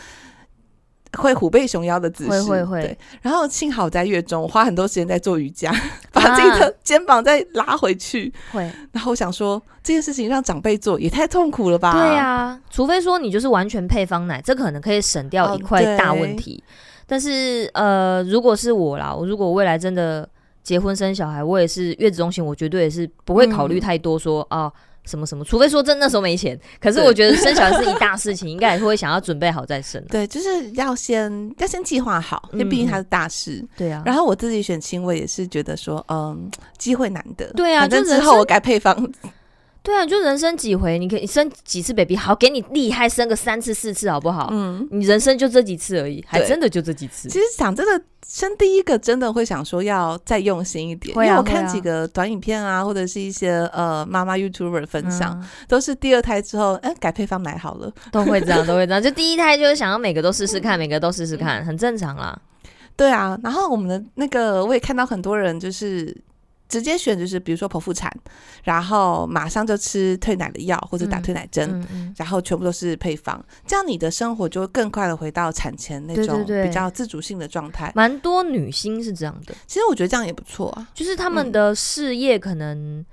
B: 会虎背熊腰的姿势，
A: 会会会
B: 对。然后幸好在月中，我花很多时间在做瑜 伽，把自己的肩膀再拉回去。
A: 会，
B: 然后我想说，这件事情让长辈做也太痛苦了吧？
A: 对啊，除非说你就是完全配方奶，这可能可以省掉
B: 哦
A: 一块大问
B: 对
A: 题。但是呃，如果是我啦，我如果未来真的结婚生小孩，我也是月子中心，我绝对也是不会考虑
B: 嗯
A: 太多说、啊。什么什么，除非说真的那时候没钱，可是
B: 对
A: 我觉得生小孩是一大事情，应 该也会想要准备好再生啊、
B: 对，就是要先要先计划好，因为
A: 嗯
B: 毕竟它是大事。
A: 对啊，
B: 然后我自己选亲喂也是觉得说，嗯，机会难得，
A: 对啊
B: 反正
A: 就人
B: 之后我改配方，
A: 对啊，就人生几回，你可以生几次 baby，好，给你厉害生个三次四次好不好？
B: 嗯。
A: 你人生就这几次而已，还
B: 对
A: 真的就这几次
B: 其。实想真的生第一个真的会想说要再用心一点，
A: 会啊
B: 因为我
A: 会
B: 看
A: 啊
B: 几个短影片啊，或者是一些呃妈妈 YouTuber 的分享，
A: 嗯
B: 都是第二胎之后，哎、改配方奶好了。
A: 都会这样，都会这样。就第一胎就是想要每个都试试看，每个都试试看，很正常啦。
B: 对啊，然后我们的那个我也看到很多人就是直接选，就是比如说剖腹产，然后马上就吃退奶的药或者打
A: 嗯
B: 退奶针，
A: 嗯嗯，
B: 然后全部都是配方，这样你的生活就会更快的回到产前那
A: 对对
B: 种
A: 对
B: 比较自主性的状态。
A: 蛮多女星是这样的，
B: 其实我觉得这样也不错啊。
A: 就是他们的事业可能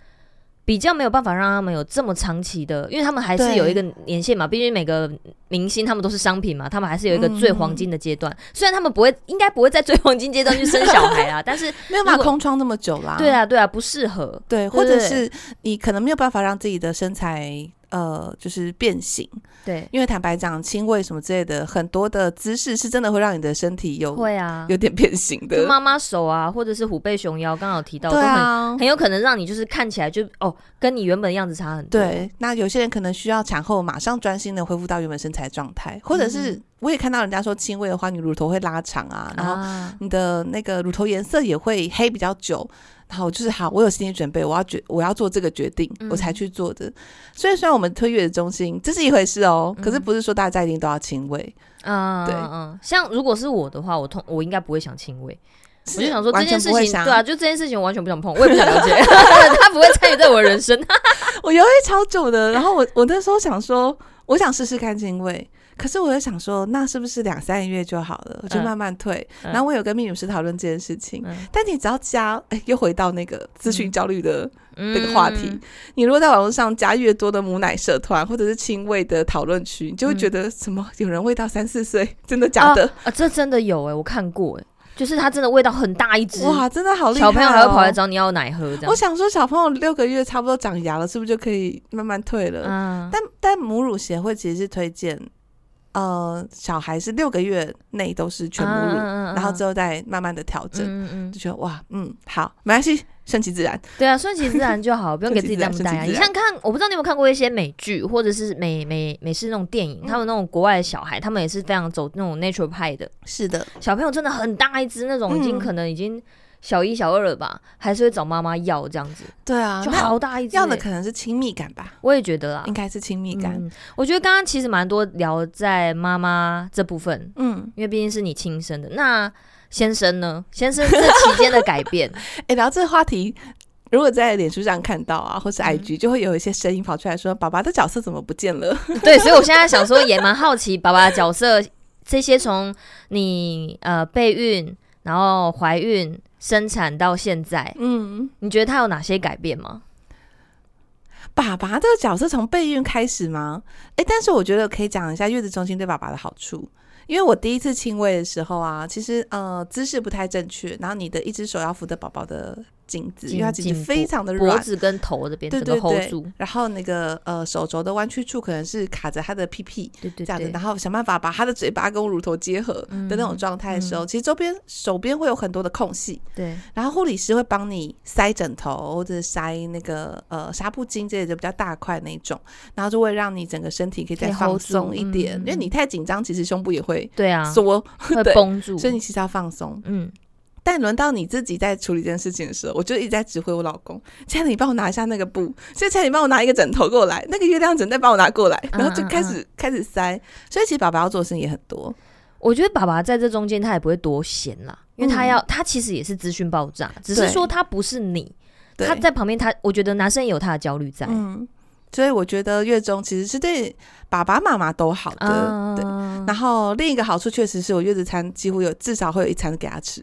A: 比较没有办法让他们有这么长期的，因为他们还是
B: 对
A: 有一个年限嘛，毕竟每个明星他们都是商品嘛，他们还是有一个最黄金的阶段。虽然他们不会，应该不会在最黄金阶段去生小孩 啊，但是
B: 没有办
A: 如
B: 法
A: 果
B: 空窗那么久啦。
A: 对，啊，对啊，不适合。
B: 对，或者
A: 对
B: 是你可能没有办法让自己的身材。呃，就是变形，
A: 对，
B: 因为坦白讲，亲喂什么之类的，很多的姿势是真的会让你的身体有
A: 会啊，
B: 有点变形
A: 就
B: 的。
A: 妈妈手啊，或者是虎背熊腰，刚好提到都
B: 对
A: 很
B: 啊，
A: 很有可能让你就是看起来就哦，跟你原本的样子差很多。，啊
B: 对，那有些人可能需要产后马上专心的恢复到原本身材状态，或者是
A: 嗯
B: 我也看到人家说亲喂的话，你乳头会拉长啊，然后
A: 啊，
B: 你的那个乳头颜色也会黑比较久。然后就是好，我有心理准备，我要决我要做这个决定，
A: 嗯
B: 我才去做的。所以虽然我们推月子中心这是一回事哦，
A: 嗯
B: 可是不是说大家一定都要亲喂，
A: 嗯，
B: 对
A: 嗯嗯，像如果是我的话，我通我应该不会想亲喂，我就想说这
B: 完
A: 件
B: 全
A: 事
B: 不会
A: 情，
B: 想。
A: 对啊，就这件事情我完全不想碰，我也不想了解， 他不会参与在我的人 生。
B: 我犹豫超久的。然后我我那时候想说，我想试试看亲喂，可是我又想说，那是不是两三个月就好了？我就
A: 嗯
B: 慢慢退。
A: 嗯
B: 然后我有跟泌乳师讨论这件事情。
A: 嗯
B: 但你只要加，哎、又回到那个咨询焦虑的
A: 嗯
B: 这个话题。你如果在网络上加越多的母奶社团或者是亲喂的讨论区，
A: 嗯啊
B: 你就会觉得什么有人喂到三四岁，真的假的？
A: 欸啊，这真的有哎、我看过哎、就是它真的味道很大一只，
B: 哇，真的好厉害、
A: 小
B: 哦！
A: 朋友还会跑来找你要奶喝这样
B: 我。想说，小朋友六个月差不多长牙了，是不是就可以慢慢退了？
A: 嗯，
B: 但但母乳协会其实是推荐，呃，小孩是六个月内都是全母
A: 嗯嗯
B: 乳，
A: 嗯嗯
B: 然后之后再慢慢的调整。
A: 嗯嗯嗯，
B: 就觉得哇，嗯，好，没关系，顺其自然。
A: 对啊，顺其自然就好，不用给自己那么大压力。
B: 顺其自然
A: 你像看，我不知道你有没有看过一些美剧，或者是美美美式那种电影，他们那种国外的小孩，他们也是非常走那种 nature 派的，
B: 是的，
A: 小朋友真的很大一只，那种
B: 嗯
A: 已经可能已经小一小二了吧，还是会找妈妈要这样子，
B: 对啊，
A: 就
B: 那
A: 好大一只、
B: 要的可能是亲密感吧，
A: 我也觉得啦
B: 应，该是亲密感。
A: 嗯，我觉得刚刚其实蛮多聊在妈妈这部分，
B: 嗯，
A: 因为毕竟是你亲生的。那先生呢？先生这期间的改变，
B: 哎、聊这个话题。如果在脸书上看到啊，或是
A: 嗯
B: IG，、就会有一些声音跑出来说：“爸爸的角色怎么不见了
A: 对，所以我现在想说，也蛮好奇爸爸的角色这些从你呃备孕，然后怀孕、生产到现在？”，
B: 嗯，
A: 你觉得他有哪些改变吗？
B: 爸爸这个角色从备孕开始吗？哎，但是我觉得可以讲一下月子中心对爸爸的好处，因为我第一次亲喂的时候啊，其实呃姿势不太正确，然后你的一只手要扶着宝宝的颈子，因为它
A: 颈
B: 颈
A: 部
B: 子非常的
A: 脖
B: 软，
A: 子跟头这边
B: 对
A: 整个
B: 对
A: hold
B: 对
A: 住，
B: 然后那个呃手肘的弯曲处可能是卡着他的屁屁
A: 对对
B: 这样子，
A: 对，
B: 然后想办法把他的嘴巴跟乳头结合
A: 嗯
B: 的那种状态的时候，其实周边手边会有很多的空隙，
A: 对，
B: 然后护理师会帮你塞枕头或者塞那个呃纱布巾之类的比较大块那种，然后就会让你整个身体可以
A: 可
B: 再
A: 以 hold
B: 放松
A: 住
B: 一点，
A: 嗯
B: 因为你太紧张，其实胸部也会
A: 对啊，
B: 缩，
A: 会
B: 对
A: 绷住，
B: 所以你其实要放松。
A: 嗯，
B: 但轮到你自己在处理这件事情的时候，我就一直在指挥我老公：，现在你帮我拿一下那个布，现在你帮我拿一个枕头过来，那个月亮枕再帮我拿过来，
A: 嗯
B: 然后就开始、开始塞。所以其实爸爸要做的事情也很多，
A: 我觉得爸爸在这中间他也不会多闲啦，因为他要、他其实也是资讯爆炸，只是
B: 嗯对
A: 说他不是你，
B: 对
A: 他在旁边他，我觉得男生也有他的焦虑在。
B: 嗯，所以我觉得月中其实是对爸爸妈妈都好的，
A: 啊
B: 对。然后另一个好处确实是我月子餐几乎有至少会有一餐给他吃，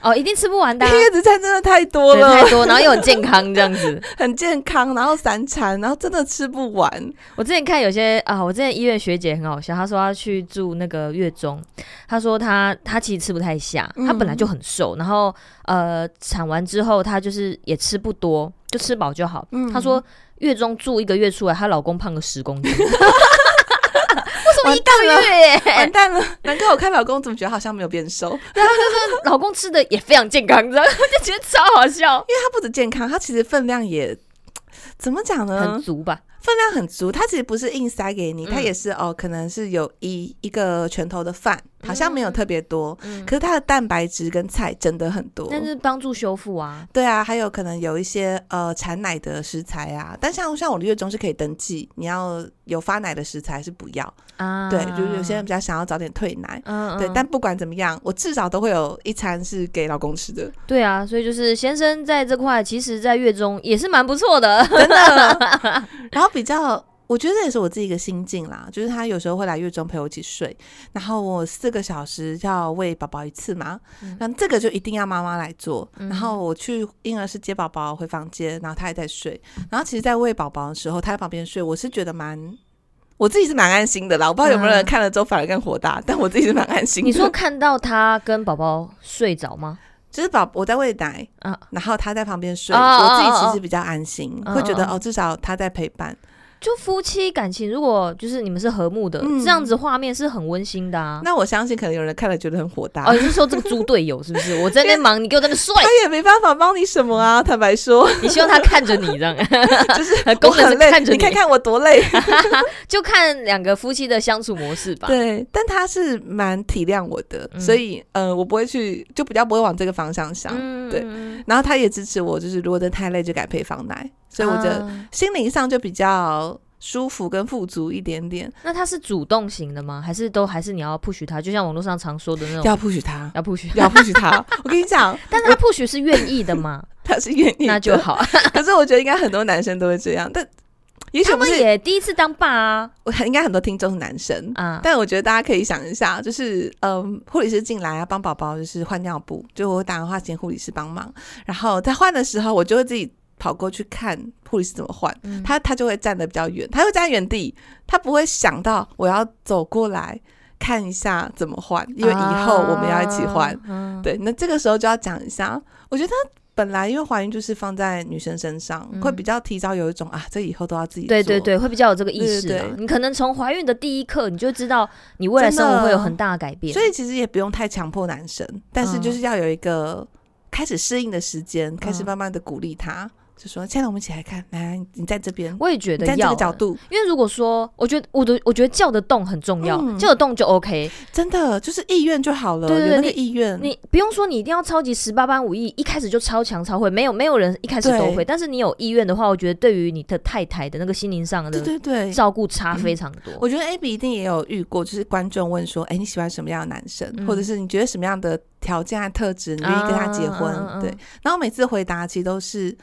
A: 哦，一定吃不完的啊、
B: 因 为月子餐真的太多
A: 对，
B: 了，
A: 太多，然后又很健康这样子。
B: 很健康，然后三餐，然后真的吃 不完。
A: 我之前看有些啊，我之前医院学姐很好笑，她说她去住那个月中，她说她她其实吃不太下，
B: 嗯
A: 她本来就很瘦，然后呃产完之后她就是也吃不多，就吃饱就好。
B: 嗯
A: 她说月中住一个月出来，她老公胖个十公斤，
B: 完蛋了，
A: 对，
B: 完蛋了！难怪我看老公怎么觉得好像没有变瘦，因 为
A: 老公吃的也非常健康，你知道吗， 就觉得超好笑，
B: 他不止健康，他其实分量也。怎么讲呢
A: 很？足吧？
B: 分量很足，他其实不是硬塞给你，
A: 嗯
B: 他也是哦，可能是有一一个拳头的饭，好像没有特别多，
A: 嗯，
B: 可是它的蛋白质跟菜真的很多。
A: 但是帮助修复啊，
B: 对啊，还有可能有一些呃产奶的食材啊，但像像我的月中是可以登记，你要有发奶的食材是不要，
A: 啊，
B: 对，就是有些人比较想要早点退奶，
A: 嗯，嗯
B: 对，但不管怎么样，我至少都会有一餐是给老公吃的，
A: 对啊，所以就是先生在这块，其实在月中也是蛮不错 的，
B: 真的。然后比较，我觉得这也是我自己一个心境啦，就是他有时候会来月中陪我一起睡，然后我四个小时要喂宝宝一次嘛
A: 嗯，
B: 那、这个就一定要妈妈来做。
A: 嗯
B: 然后我去婴儿室接宝宝回房间，然后他也在睡。然后其实，在喂宝宝的时候，他在旁边睡，我是觉得蛮。我自己是蛮安心的啦，我不知道有没有人
A: 嗯
B: 看了之后反而更火大，但我自己是蛮安心的。
A: 你说看到他跟宝宝睡着吗？
B: 就是宝我在喂奶，
A: 啊
B: 然后他在旁边睡，
A: 哦哦
B: 我自己
A: 哦
B: 其
A: 哦
B: 实比较安心，
A: 嗯
B: 会觉得
A: 嗯嗯
B: 哦，至少他在陪伴。
A: 就夫妻感情，如果就是你们是和睦的，
B: 嗯
A: 这样子画面是很温馨的啊。
B: 那我相信可能有人看了觉得很火大，
A: 哦，你是说这个猪队友是不是？我在那边忙，你给我在那边睡，
B: 他也没办法帮你什么
A: 嗯
B: 啊。坦 白说，
A: 你希望他看着你这样，
B: 就是
A: 功能
B: 我
A: 是
B: 很累
A: 看，着
B: 你
A: 你
B: 看看我多 累。
A: 就看两个夫妻的相处模式吧。
B: 对，啊但他是蛮体谅我的，
A: 嗯
B: 所以呃，我不会去，就比较不会往这个方向想。
A: 嗯
B: 对
A: 嗯
B: 然后他也支持我，就是如果真的太累就改配方奶，所以我觉得
A: 啊
B: 心灵上就比较舒服跟富足一点点。
A: 那他是主动型的吗？还是都还是你要 push 他？就像网络上常说的那种
B: 要 push 他，
A: 要 push，
B: 要 push 他。我跟你讲，
A: 但是他 push 是愿意的嘛？
B: 他是 愿意的，
A: 那就好。
B: 可是我觉得应该很多男生都会这样，但也许
A: 他
B: 不
A: 们
B: 是，
A: 也第一次当爸啊
B: 我应该很多听众是男生。
A: 啊，
B: 但我觉得大家可以想一下，就是嗯，护理师进来啊，帮宝宝就是换尿布，就我会打电话请护理师帮忙。然后在换的时候，我就会自己跑过去看护理师怎么换，
A: 嗯
B: 他他就会站得比较远，他会站在原地，他不会想到我要走过来看一下怎么换，因为以后我们要一起换。
A: 啊，
B: 对，那这个时候就要讲一下，我觉得本来因为怀孕就是放在女生身上，
A: 嗯
B: 会比较提早有一种啊，这以后都要自己
A: 对
B: 做
A: 对。对，会比较有这个意识
B: 对
A: 啊
B: 对。对
A: 你可能从怀孕的第一刻，你就知道你未来生
B: 真
A: 活
B: 的
A: 会有很大的改变。嗯
B: 所以其实也不用太强迫男生，但是就是要有一个开始适应的时间，开始慢慢的鼓励他，就说：“哎亲爱的，我们一起来看，来，你在这边，
A: 我也觉
B: 你
A: 得
B: 在这
A: 要
B: 个
A: 欸，
B: 角度，
A: 因为如果说，我觉得我的我觉得叫得动很重要，
B: 嗯
A: 叫得动就 OK。
B: 真的就是意愿就好了，
A: 对对对
B: 有那个
A: 你
B: 意愿。”
A: 你不用说你一定要超级十八般武艺，一开始就超强超会，没有没有人一开始都
B: 对
A: 会。但是你有意愿的话，我觉得对于你的太太的那个心灵上
B: 对
A: 的
B: 对对，嗯
A: 照顾差非常多。
B: 我觉得 Abby 一定也有遇过，就是观众问说：“哎、你喜欢什么样的男生，
A: 嗯
B: 或者是你觉得什么样的条件和特质，你愿意跟他结婚？”
A: 啊嗯嗯嗯
B: 对，然后每次回答其实都是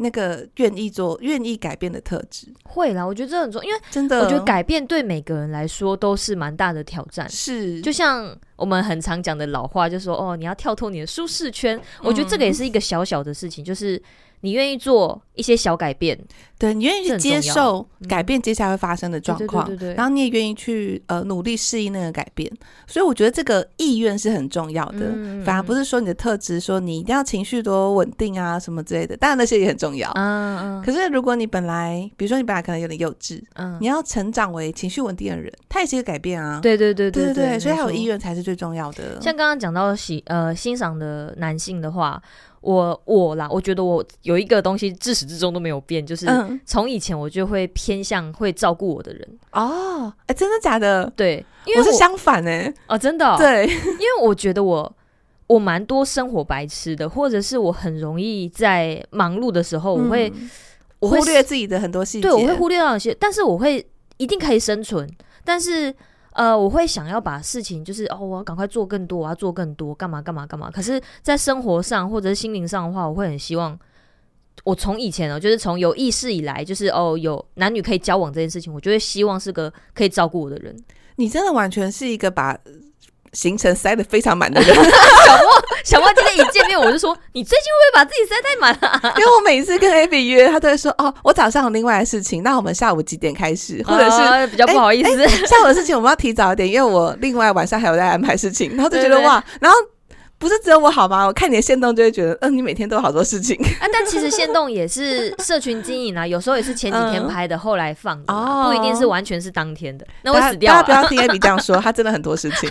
B: 那个愿意做、愿意改变的特质，
A: 会啦，我觉得这很重要，因为
B: 真的，
A: 我觉得改变对每个人来说都是蛮大的挑战。
B: 是
A: 就像我们很常讲的老话，就说哦，你要跳脱你的舒适圈。我觉得这个也是一个小小的事情，就是你愿意做一些小改变，
B: 对你愿
A: 这
B: 意去
A: 很
B: 接
A: 重要
B: 受
A: 嗯
B: 改变接下来会发生的状况，
A: 对对对对对
B: 然后你也愿意去呃努力适应那个改变，所以我觉得这个意愿是很重要的。
A: 嗯
B: 反而不
A: 是
B: 是说你的特质，说你一定要情绪多稳定啊什么之类的，当然那些也很重要。
A: 嗯嗯
B: 可是如果你本来，比如说你本来可能有点幼稚，
A: 嗯
B: 你，要成长为情绪稳定的人，它也是一个改变啊。
A: 对对对
B: 对
A: 对
B: 对，所以还有
A: 没
B: 意。
A: 错
B: 愿才是最重要的。
A: 像刚刚讲到喜呃欣赏的男性的话，我我啦，我觉得我有一个东西自始至终都没有变，就是
B: 嗯
A: 从以前我就会偏向会照顾我的人，
B: 哦，哎，真的假的？
A: 对，因为
B: 我是相反哎，
A: 哦真的哦、
B: 对，
A: 因为我觉得我我蛮多生活白痴的，或者是我很容易在忙碌的时候，我会、
B: 嗯
A: 我会
B: 忽略自己的很多细节，
A: 对我会忽略到一些，但是我会一定可以生存，但是呃，我会想要把事情就是哦，我要赶快做更多，我要做更多，干嘛干嘛干嘛。可是，在生活上或者是心灵上的话，我会很希望。我从以前哦，就是从有意识以来，就是哦，有男女可以交往这件事情，我就会希望是个可以照顾我的 人。
B: 你真的完全是一个把呃行程塞得非常满的人，
A: 小猫今天一见面，我就说：“你最近会不会把自己塞太满了、
B: 因为我每一次跟 Abby 约，他都会说：“哦，我早上有另外的事情，那我们下午几点开始？” 或者是
A: 啊比较不好意思，
B: 下午的事情我们要提早一点，因为我另外晚上还有在安排事情，然后就觉得
A: 对对
B: 哇，然后不是只有我好吗？我看你的线动就会觉得，嗯、你每天都有好多事情
A: 啊，但其实限动也是社群经营啊，有时候也是前几天拍的，后来放的啦，
B: 嗯哦
A: 不一定是完全是当天的。 那
B: 大
A: 我
B: 家
A: 死掉
B: 大家不
A: 了，
B: 要听 Abby 这样说，他真的很多事 情，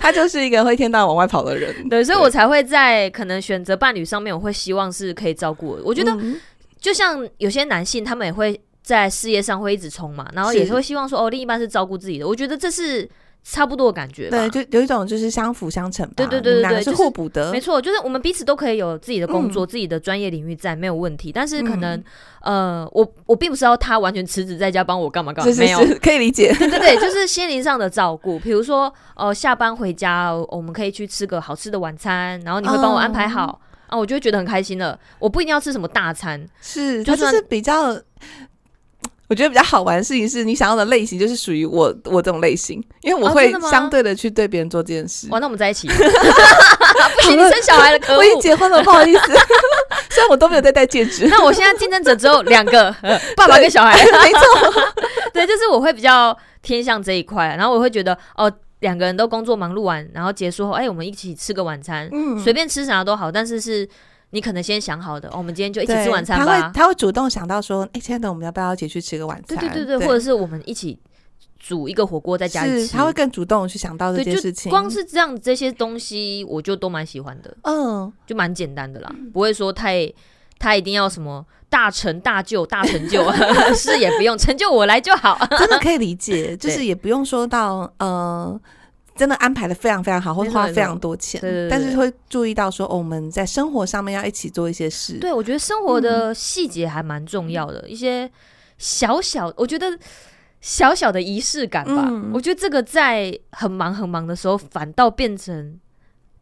B: 他就是一个会一天到晚往外跑的人。
A: 对，所以我才会在可能选择伴侣上面，我会希望是可以照顾我。我觉得
B: 嗯
A: 就像有些男性，他们也会在事业上会一直冲嘛，然后也
B: 是
A: 会希望说，哦，另一半是照顾自己的。我觉得这是差不多的感觉吧。
B: 对，就有一种就是相辅相成吧，
A: 对对对对
B: 你们两个
A: 对
B: 是
A: 就是
B: 互补的，
A: 没错，就是我们彼此都可以有自己的工
B: 嗯
A: 作、自己的专业领域在，没有问题。但是可能，呃，我我并不是要他完全辞职在家帮我干嘛干嘛，
B: 嗯是是
A: 没有。
B: 是，可以理解。
A: 对对对，就是心灵上的照顾，比如说，呃，下班回家，我们可以去吃个好吃的晚餐，然后你会帮我安排
B: 哦
A: 好、啊，我就会觉得很开心了。我不一定要吃什么大餐，
B: 是，
A: 就
B: 它就
A: 算
B: 是比较，我觉得比较好玩的事情是你想要的类型，就是属于我我这种类型，因为我
A: 哦
B: 会
A: 真的吗
B: 相对的去对别人做这件事。
A: 哇，那我们在一起，不行，你生小孩了，可
B: 我
A: 恶
B: 已。经结婚了，不好意思， 虽然我都没有在戴戒指。
A: 那我现在竞争者只有两 个，呃 爸爸跟小孩。
B: 没错，
A: 对，就是我会比较偏向这一块，然后我会觉得哦，两个人都工作忙碌完，然后结束后，哎，我们一起吃个晚餐，
B: 嗯
A: 随便吃啥都好，但是是你可能先想好的，哦，我们今天就一起
B: 对
A: 吃晚餐
B: 他会
A: 吧，
B: 他会主动想到说，哎、亲爱的，我们要不要一起去吃个晚
A: 对
B: 餐？
A: 对对
B: 对，
A: 对，或者是我们一起煮一个火锅在家里
B: 是
A: 吃，
B: 他会更主动去想到这
A: 对，
B: 件
A: 就
B: 事情。
A: 光是这样这些东西，我就都蛮喜欢的，
B: 嗯，
A: 就蛮简单的啦，不会说太。他一定要什么大成大就大成就， 是也不用成就我来就好。
B: 真的可以理解， 就是也不用说到呃。真的安排的非常非常好，或
A: 没
B: 者
A: 错
B: 花
A: 没
B: 非常
A: 错
B: 多钱，
A: 对对对
B: 但是
A: 对
B: 会注意到说、哦，我们在生活上面要一起做一些事。
A: 对，我觉得生活的细节还蛮重要的，一些小小，我觉得小小的仪式感吧。
B: 嗯
A: 我觉得这个在很忙很忙的时候，反倒变成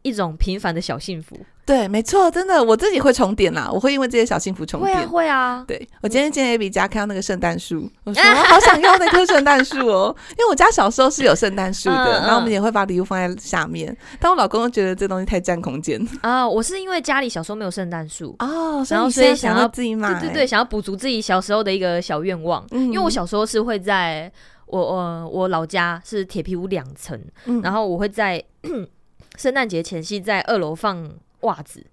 A: 一种平凡的小幸福。
B: 对，没错，真的，我自己会重点啦，我会因为这些小幸福重
A: 会啊，
B: 点。
A: 会啊。
B: 对我今天见 A B 家看到那个圣诞树，我 说我好想要那棵圣诞树哦，因为我家小时候是有圣诞树的，
A: 嗯嗯
B: 然后我们也会把礼物放在下面，但我老公觉得这东西太占空间
A: 啊、我是因为家里小时候没有圣诞树，
B: 哦，
A: 然后
B: 你
A: 所以
B: 现在
A: 想
B: 会
A: 要
B: 自己买，
A: 对对对，想要补足自己小时候的一个小愿望。
B: 嗯，
A: 因为我小时候是会在我呃我老家是铁皮屋两层，
B: 嗯，
A: 然后我会在 圣诞节前夕在二楼放袜子。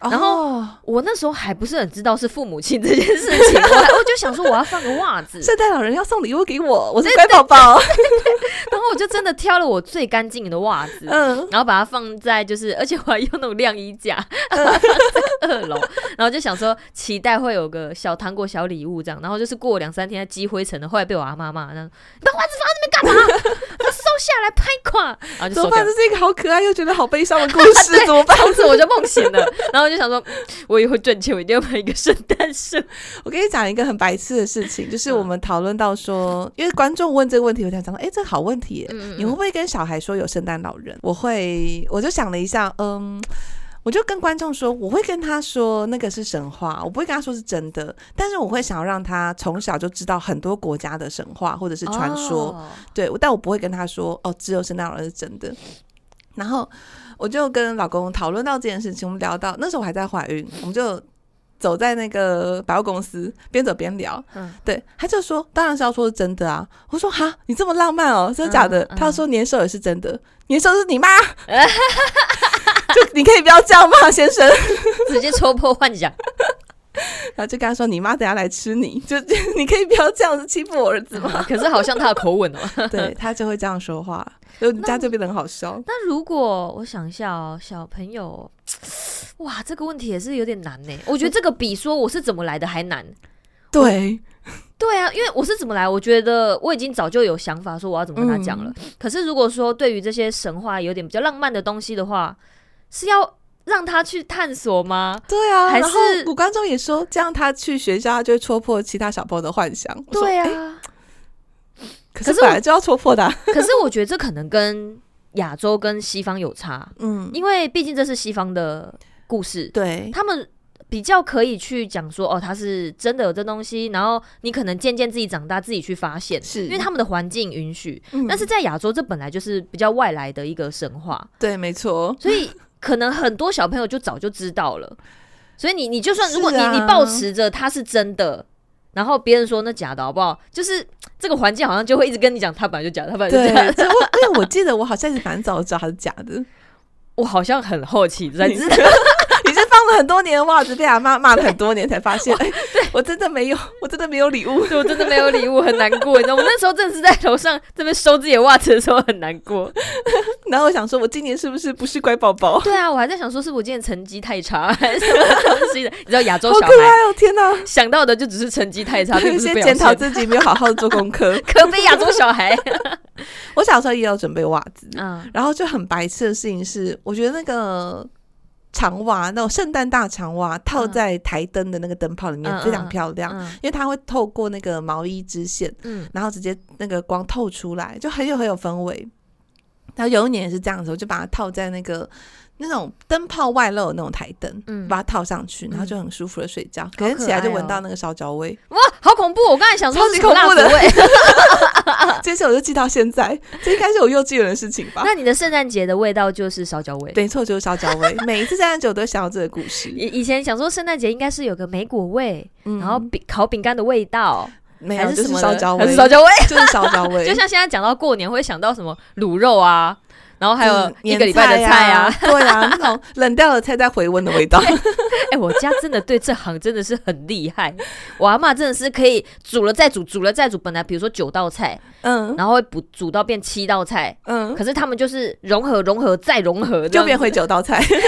A: 然
B: 后
A: 我那时候还不是很知道是父母亲这件事情，我还我就想说我要放个袜 子，
B: 圣诞老人要送礼物给我，我是乖宝宝，
A: 然后我就真的挑了我最干净的袜子，
B: 嗯，
A: 然后把它放在就是，而且我还用那种晾衣 架在二楼，然后就想说期待会有个小糖果、小礼物这样，然后就是过两三天它积灰尘了，后来被我阿妈骂，那样你把袜子放在那边干嘛？它收下来拍垮，然后就
B: 怎
A: 收掉
B: 么办？
A: 了
B: 这。是一个好可爱又觉得好悲伤的故 事，怎么办？
A: 从此我就梦醒了，然后我就想说，嗯我以后赚钱我一定要买一个圣诞树。
B: 我跟你讲一个很白痴的事情，就是
A: 嗯
B: 我们讨论到说，因为观众问这个问题，我想讲到，哎、这个好问题耶，
A: 嗯
B: 你会不会跟小孩说有圣诞老人？我会，我就想了一下，嗯。我就跟观众说，我会跟他说那个是神话，我不会跟他说是真的，但是我会想要让他从小就知道很多国家的神话或者是传说，
A: 哦
B: 对，但我不会跟他说哦，只有圣诞老人是真的。然后我就跟老公讨论到这件事情，我们聊到那时候我还在怀孕，我们就走在那个百货公司边走边聊。
A: 嗯
B: 对，他就说当然是要说是真的啊。我说哈，你这么浪漫哦，真的假的？
A: 嗯嗯
B: 他说年兽也是真的，年兽是你妈。 就你可以不要这样骂先生，
A: 直接戳破幻 想，
B: 然后就跟他说你妈等下来吃你，就就你可以不要这样子欺负我儿子吗？
A: 可是好像他的口吻哦。
B: 对他就会这样说话，就你家就变得很好笑。
A: 那如果我想一下哦，小朋友，哇，这个问题也是有点难呢。我觉得这个比说我是怎么来的还难。
B: 对，
A: 对啊，因为我是怎么来，我觉得我已经早就有想法说我要怎么跟他讲了。可是如果说对于这些神话有点比较浪漫的东西的话，是要让他去探索吗？
B: 对啊，
A: 还
B: 然后
A: 是
B: 古观众也说，这样他去学校，他就会戳破其他小朋友的幻想。我说
A: 对，
B: 诶
A: 啊，可
B: 可是
A: 是
B: 本
A: 我
B: 来就要戳破的啊、
A: 可是我觉得这可能跟亚洲跟西方有差，
B: 嗯，
A: 因为毕竟这是西方的故事，
B: 对，
A: 他们比较可以去讲说，哦，他是真的有这东西，然后你可能渐渐自己长大，自己去发现，
B: 是
A: 因为他们的环境允许。
B: 嗯
A: 但是在亚洲，这本来就是比较外来的一个神话，
B: 对，没错，
A: 所以 可能很多小朋友就早就知道了。所以你你就算如果你、
B: 是啊
A: 你抱持着它是真的。然后别人说那假的好不好？就是这个环境好像就会一直跟你讲，它本来就假的，它本来
B: 对
A: 就假的。，
B: 这我因为我记得我好像是蛮早就知道他是假的，
A: 我好像很好奇才知道，
B: 你是放了很多年袜子，被阿妈骂了很多年才发现，哎，我真的没有，我真的没有礼 物。
A: 对我真的没有礼物，很难过。你知道，我那时候真的是在楼上这边收自己的袜子的时候很难过。
B: 然后我想说，我今年是不是不是乖宝宝？
A: 对啊，我还在想说是不是我今天成绩太差还是什么东西的？你知道亚洲
B: 好
A: 小
B: 可
A: 孩
B: 爱哦！天哪，
A: 想到的就只是成绩太差，并 不是
B: 先
A: 不小
B: 检讨
A: 心。。
B: 自己没有好好做功课
A: 可悲亚洲小 孩，
B: 我小时候也有准备袜子，
A: 嗯
B: 然后就很白痴的事情是，我觉得那个长袜，那种圣诞大长袜套
A: 嗯
B: 在台灯的那个灯泡里面、
A: 嗯
B: 非常漂亮，
A: 嗯
B: 因为它会透过那个毛衣支线，
A: 嗯，
B: 然后直接那个光透出来，就很有很有氛围。然后有一年也是这样子，我就把它套在那个那种灯泡外露的那种台灯，
A: 嗯
B: 把它套上去，然后就很舒服的睡觉。隔天
A: 可
B: 起来就
A: 爱
B: 闻到
A: 哦
B: 那个烧焦味，
A: 哇，好恐怖！我刚才想说
B: 超级
A: 是什么
B: 恐怖的
A: 蜡烛 味。
B: 这次我就记到现在， 这应该是我幼稚园的事情吧。
A: 那你的圣诞节的味道就是烧焦味。
B: 没错，就是烧焦味。每一次三十九都会想到这个故 事，
A: 以以前想说圣诞节应该是有个莓果味，
B: 嗯
A: 然后饼烤饼干的味道，
B: 没有，
A: 还
B: 就是
A: 什么
B: 烧
A: 的
B: 焦味，
A: 还是 烧焦味。
B: 就是烧焦味，
A: 就像现在讲到过年会想到什么卤肉啊，然后还有
B: 嗯
A: 一个礼拜的
B: 年
A: 菜啊
B: 啊，， 对 啊，那种冷掉的菜再回温的味道，
A: 哎、我家真的对这行真的是很厉害，我阿嬷真的是可以煮了再煮，煮了再煮。本来比如说九道菜，
B: 嗯
A: 然后会补煮到变七道菜，
B: 嗯，
A: 可是他们就是融合、融合再融合，这
B: 就
A: 样
B: 变回九道菜，
A: 他们就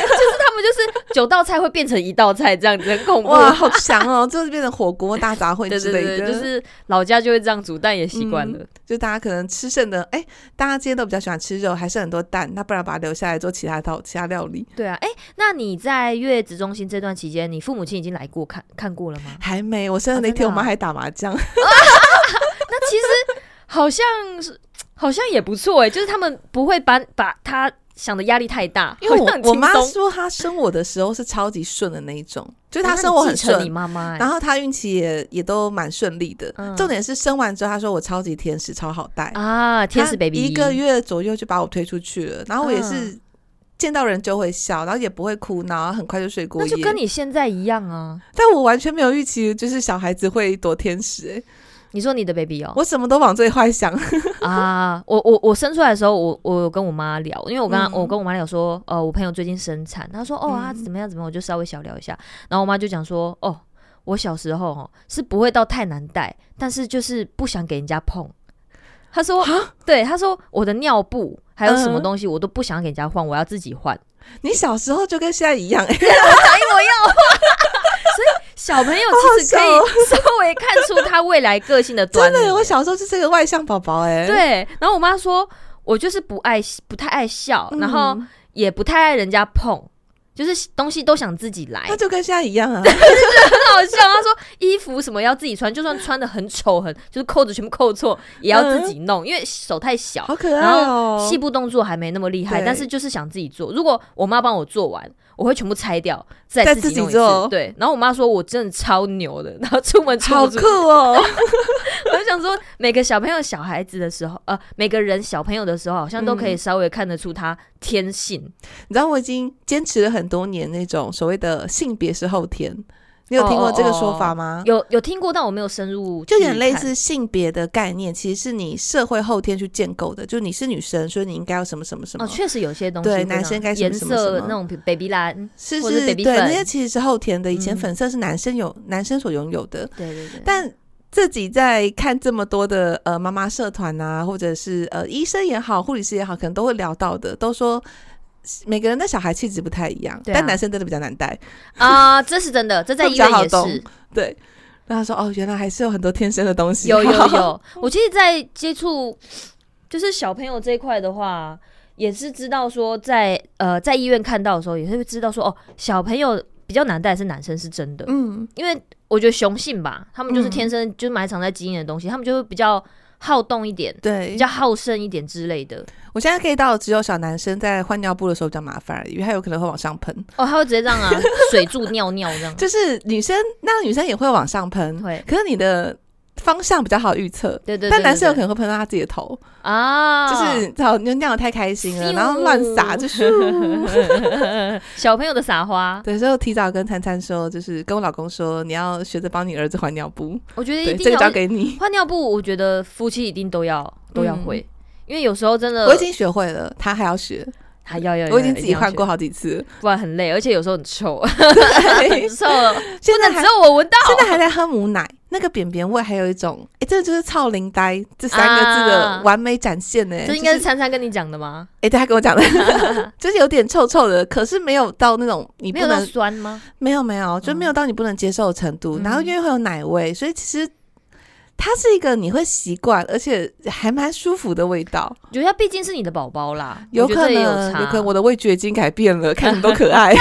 A: 是九道菜会变成一道菜，这样子很恐怖。
B: 哇，好香哦，就是变成火锅大杂烩
A: 对
B: 之
A: 对
B: 类的，
A: 对，就是老家就会这样煮，但也习惯了。
B: 就大家可能吃剩的，哎，大家今天都比较喜欢吃肉，还剩很多蛋，那不然把它留下来做其他道其他料理。
A: 对啊，哎、那你在月子中心这段期间，你父母亲已经来过看看过了吗？
B: 还没，我生日
A: 啊
B: 那
A: 真的
B: 天，我
A: 啊
B: 妈还打麻将，
A: 那欸其实好像是，好像也不错哎、就是他们不会把把他想的压力太大，
B: 因为
A: 好像很
B: 我我妈
A: 轻松
B: 说她生我的时候是超级顺的那一种，就是她
A: 哦那
B: 生
A: 你
B: 我
A: 继
B: 很
A: 承你
B: 顺，
A: 妈妈、欸
B: 然，后她孕期也也都蛮顺利的。
A: 嗯
B: 重点是生完之后，她说我超级天使，超好带，
A: 啊，天
B: 她
A: 使 baby
B: 一个月左右就把我推出去了，然后我也是
A: 嗯
B: 见到人就会笑，然后也不会哭闹，然后很快就睡过
A: 那
B: 夜。
A: 就跟你现在一样啊。
B: 但我完全没有预期，就是小孩子会多天使、欸，
A: 你说你的 baby 哦，
B: 我什么都往最坏想。
A: 啊，我我我生出来的时候，我我有跟我妈聊，因为我跟她、
B: 嗯
A: 我跟我妈聊说，呃，我朋友最近生产，她说哦啊
B: 嗯
A: 怎么样怎么样，我就稍微小聊一下，然后我妈就讲说，哦，我小时候哦是不会到太难带，但是就是不想给人家碰。她说，对，她说我的尿布还有什么
B: 嗯
A: 东西我都不想给人家换，我要自己换。
B: 你小时候就跟现在 一样、欸，
A: 小朋友其实可
B: 好好哦
A: 以 稍微看出他未来个性的端
B: 真
A: 倪。
B: 的，我小时候就是个外向宝宝、欸，哎，
A: 对，然后我妈说，我就是不爱不太爱笑，
B: 嗯，
A: 然后也不太爱人家碰，就是东西都想自己来，
B: 那就跟现在一样啊。
A: 很好笑。她说衣服什么要自己穿，就算穿的很丑，很就是扣子全部扣错，也要自己弄，因为手太小。
B: 嗯好可
A: 然
B: 爱哦！
A: 细部动作还没那么厉害，
B: 对
A: 但是就是想自己做。如果我妈帮我做完，我会全部拆掉，再
B: 再
A: 自
B: 自
A: 己
B: 己
A: 弄一
B: 做
A: 次。对，然后我妈说我真的超牛的，然后出门出
B: 好
A: 不出
B: 酷 哦！
A: 我就想说，每个小朋友、小孩子的时候，呃，每个人小朋友的时候，好像都可以
B: 嗯
A: 稍微看得出他天性。
B: 你知道我已经坚持了很多年那种所谓的性别是后天，你有听过这个说法吗？
A: 有有听过，但我没有深入，
B: 啊
A: 哦
B: 就有点类。似性别的概念，其实是你社会后天去建构的。就是你是女生，所以你应该要什么什么什么。
A: 哦，确实有些东西
B: 对
A: 会那样，
B: 男生该什么
A: 颜
B: 什么什么
A: 色那种 baby 蓝，
B: 是
A: 或者
B: 是
A: 是
B: 对，
A: baby
B: 那
A: 粉
B: 些其实是后天的。以前
A: 嗯
B: 粉色是男生有、男生所拥有的，
A: 对对 对。
B: 但自己在看这么多的呃妈妈社团啊，或者是呃医生也好，护理师也好，可能都会聊到的，都说每个人的小孩气质不太一样，
A: 对啊
B: 但男生真的比较难带。
A: 啊、这是真的，这在
B: 会比
A: 医院
B: 较好
A: 也
B: 动
A: 是
B: 对，那他说哦，原来还是有很多天生的东 西。
A: 有有有。我其实，在接触就是小朋友这一块的话，也是知道说在，呃在医院看到的时候，也会知道说，哦，小朋友比较难带是男生是真的，
B: 嗯，
A: 因为我觉得雄性吧，他们就是
B: 嗯
A: 天生、就是埋藏在基因的东西，他们就会比较好动一点，比
B: 对
A: 较。好胜一点之类的。
B: 我现在 get 到只有小男生在换尿布的时候比较麻烦而已，因为他有可能会往上喷。
A: 哦，他会直接这样 啊，水柱尿尿这样，
B: 就是女生，那女生也会往上喷，
A: 会，
B: 可是你的方向比较好预测。
A: 对对对
B: 但男生有可
A: 能
B: 能会喷到他自己的头，哦
A: 啊，
B: 就是好你就尿得太开心了，然后乱撒，就是
A: 小朋友的撒花，
B: 对，所以我提早跟灿灿说，就是跟我老公说，你要学着帮你儿子换尿布，
A: 我觉得一
B: 对，
A: 定
B: 这个
A: 要
B: 交给你。
A: 换尿布，我觉得夫妻一定都要都要
B: 嗯
A: 会，因为有时候真的
B: 我已经学会了，他还要学，
A: 还要要，要
B: 我已经自己换，过
A: 一定
B: 好几次。
A: 要学不然很累，而且有时候很臭，
B: 对
A: 很臭，
B: 现在
A: 但
B: 还
A: 只有我闻到。
B: 现在还在喝母奶，那个扁扁味，还有一种，哎，这就是“超龄呆”这三个字
A: 啊
B: 的完美展现呢。
A: 这应该是
B: 就是
A: 珊珊跟你讲的吗？
B: 哎，对他跟我讲的， 就是有点臭臭的，可是没有到那种你
A: 没
B: 不
A: 有到
B: 能
A: 酸吗？
B: 没有没有，就没有到你不能接受的程度。
A: 嗯
B: 然后因为会有奶味，所以其实它是一个你会习惯，而且还蛮舒服的味道。
A: 我觉得它毕竟是你的宝宝啦，
B: 有
A: 我觉
B: 可
A: 得这也
B: 能，
A: 有差
B: 可能我的味觉已经改变了，看你们都 可爱。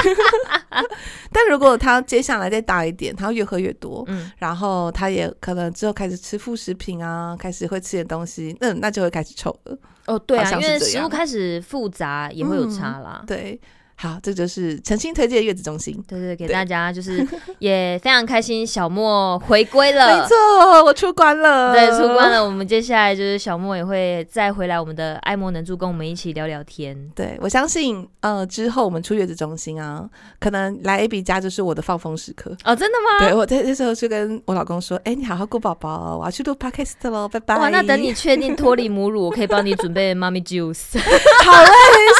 B: 但如果他接下来再大一点，他会越喝越多，
A: 嗯，
B: 然后他也可能之后开始吃副食品啊，开始会吃点东西，那那就会开始臭了。
A: 哦，对
B: 好
A: 啊，
B: 像
A: 因
B: 是
A: 为
B: 这
A: 食
B: 样
A: 物开始复杂也会有差啦。
B: 对，好，这就是诚心推荐月子中心。
A: 对对，给
B: 对
A: 大家就是 也非常开心，小莫回归
B: 没
A: 了，
B: 错，我出关了，
A: 对，出关。了。我们接下来就是小莫也会再回来我们的爱莫能助，跟我们一起聊聊天。
B: 对，我相信，呃，之后我们出月子中心啊，可能来 AB 家就是我的放风时刻。
A: 哦，真的吗？
B: 对我在那时候就跟我老公说，哎、你好好顾宝宝哦，我要去录 podcast 喽，拜拜。
A: 哇，那 等你确定脱离母乳，我可以帮你准备妈咪 juice。虽
B: 好嘞，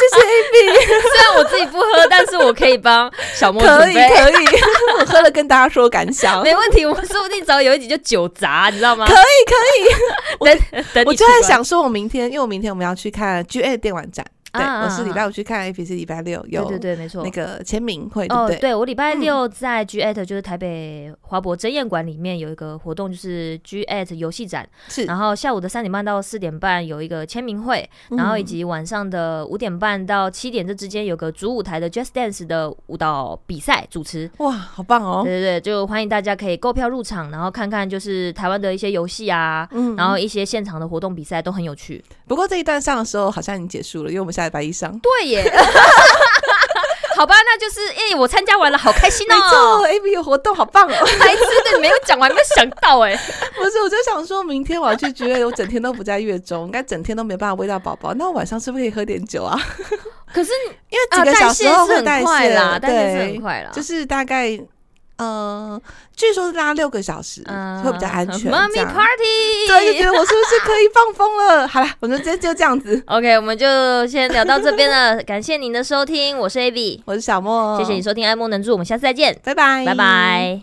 B: 谢谢 AB，
A: 然我自己不喝，但是我可以帮小莫
B: 可
A: 准
B: 以
A: 备。
B: 可以， 我喝了跟大家说感哦 想，
A: 没问题，我们说不定早有一集就酒砸，你知道吗
B: 可？以可以。
A: 等
B: 我
A: 你
B: 就
A: 出
B: 在
A: 关，
B: 想说，我明天，因为我明天我们要去看 G A 电玩展，对，
A: 啊
B: 我是礼拜五去看，A B 是礼拜六有
A: 对对对，没错，
B: 那个签名会，对不
A: 哦，
B: 对？嗯
A: 对，我礼拜六在 G at 就是台北华博珍宴馆里面有一个活动，就是 G at 游戏展，
B: 是，
A: 然后下午的三点半到四点半有一个签名会，然
B: 嗯
A: 后以及晚上的五点半到七点这之间有个主舞台的 Just Dance 的舞蹈比赛主持。
B: 嗯哇，好棒哦，
A: 对对对，就欢迎大家可以购票入场，然后看看就是台湾的一些游戏啊，
B: 嗯
A: 然后一些现场的活动比赛都很有趣。
B: 不过这一段上的时候好像已经结束了，因为我们下礼拜一上。
A: 对耶。 好吧，那就是哎、我参加完了，好开心
B: 没错
A: 哦！
B: ，A B 有活动，好棒哦！
A: 白痴的，你没有讲，我还没有想到哎、
B: 不是，我就想说明天我要去聚会，我整天都不在月中，应该整天都没办法喂到宝宝。那我晚上是不是可以喝点酒 啊？
A: 可是
B: 因为
A: 啊，
B: 几个
A: 代
B: 小
A: 谢
B: 时后
A: 是
B: 会
A: 很
B: 代
A: 快
B: 谢
A: 啦，代谢是
B: 对
A: 很快啦，
B: 就是大概，呃，据说是拉六个小时、
A: 嗯
B: 会比较安全。
A: Mommy
B: 这样
A: Party，
B: 对，就觉得我是不是可以放风了？好啦，我们今天就这样子。
A: OK，我们就先聊到这边了，感谢您的收听，我是 AB，
B: 我是小莫，
A: 谢谢你，收听《爱莫能助》，我们下次再见，
B: 哦拜拜，
A: 拜拜。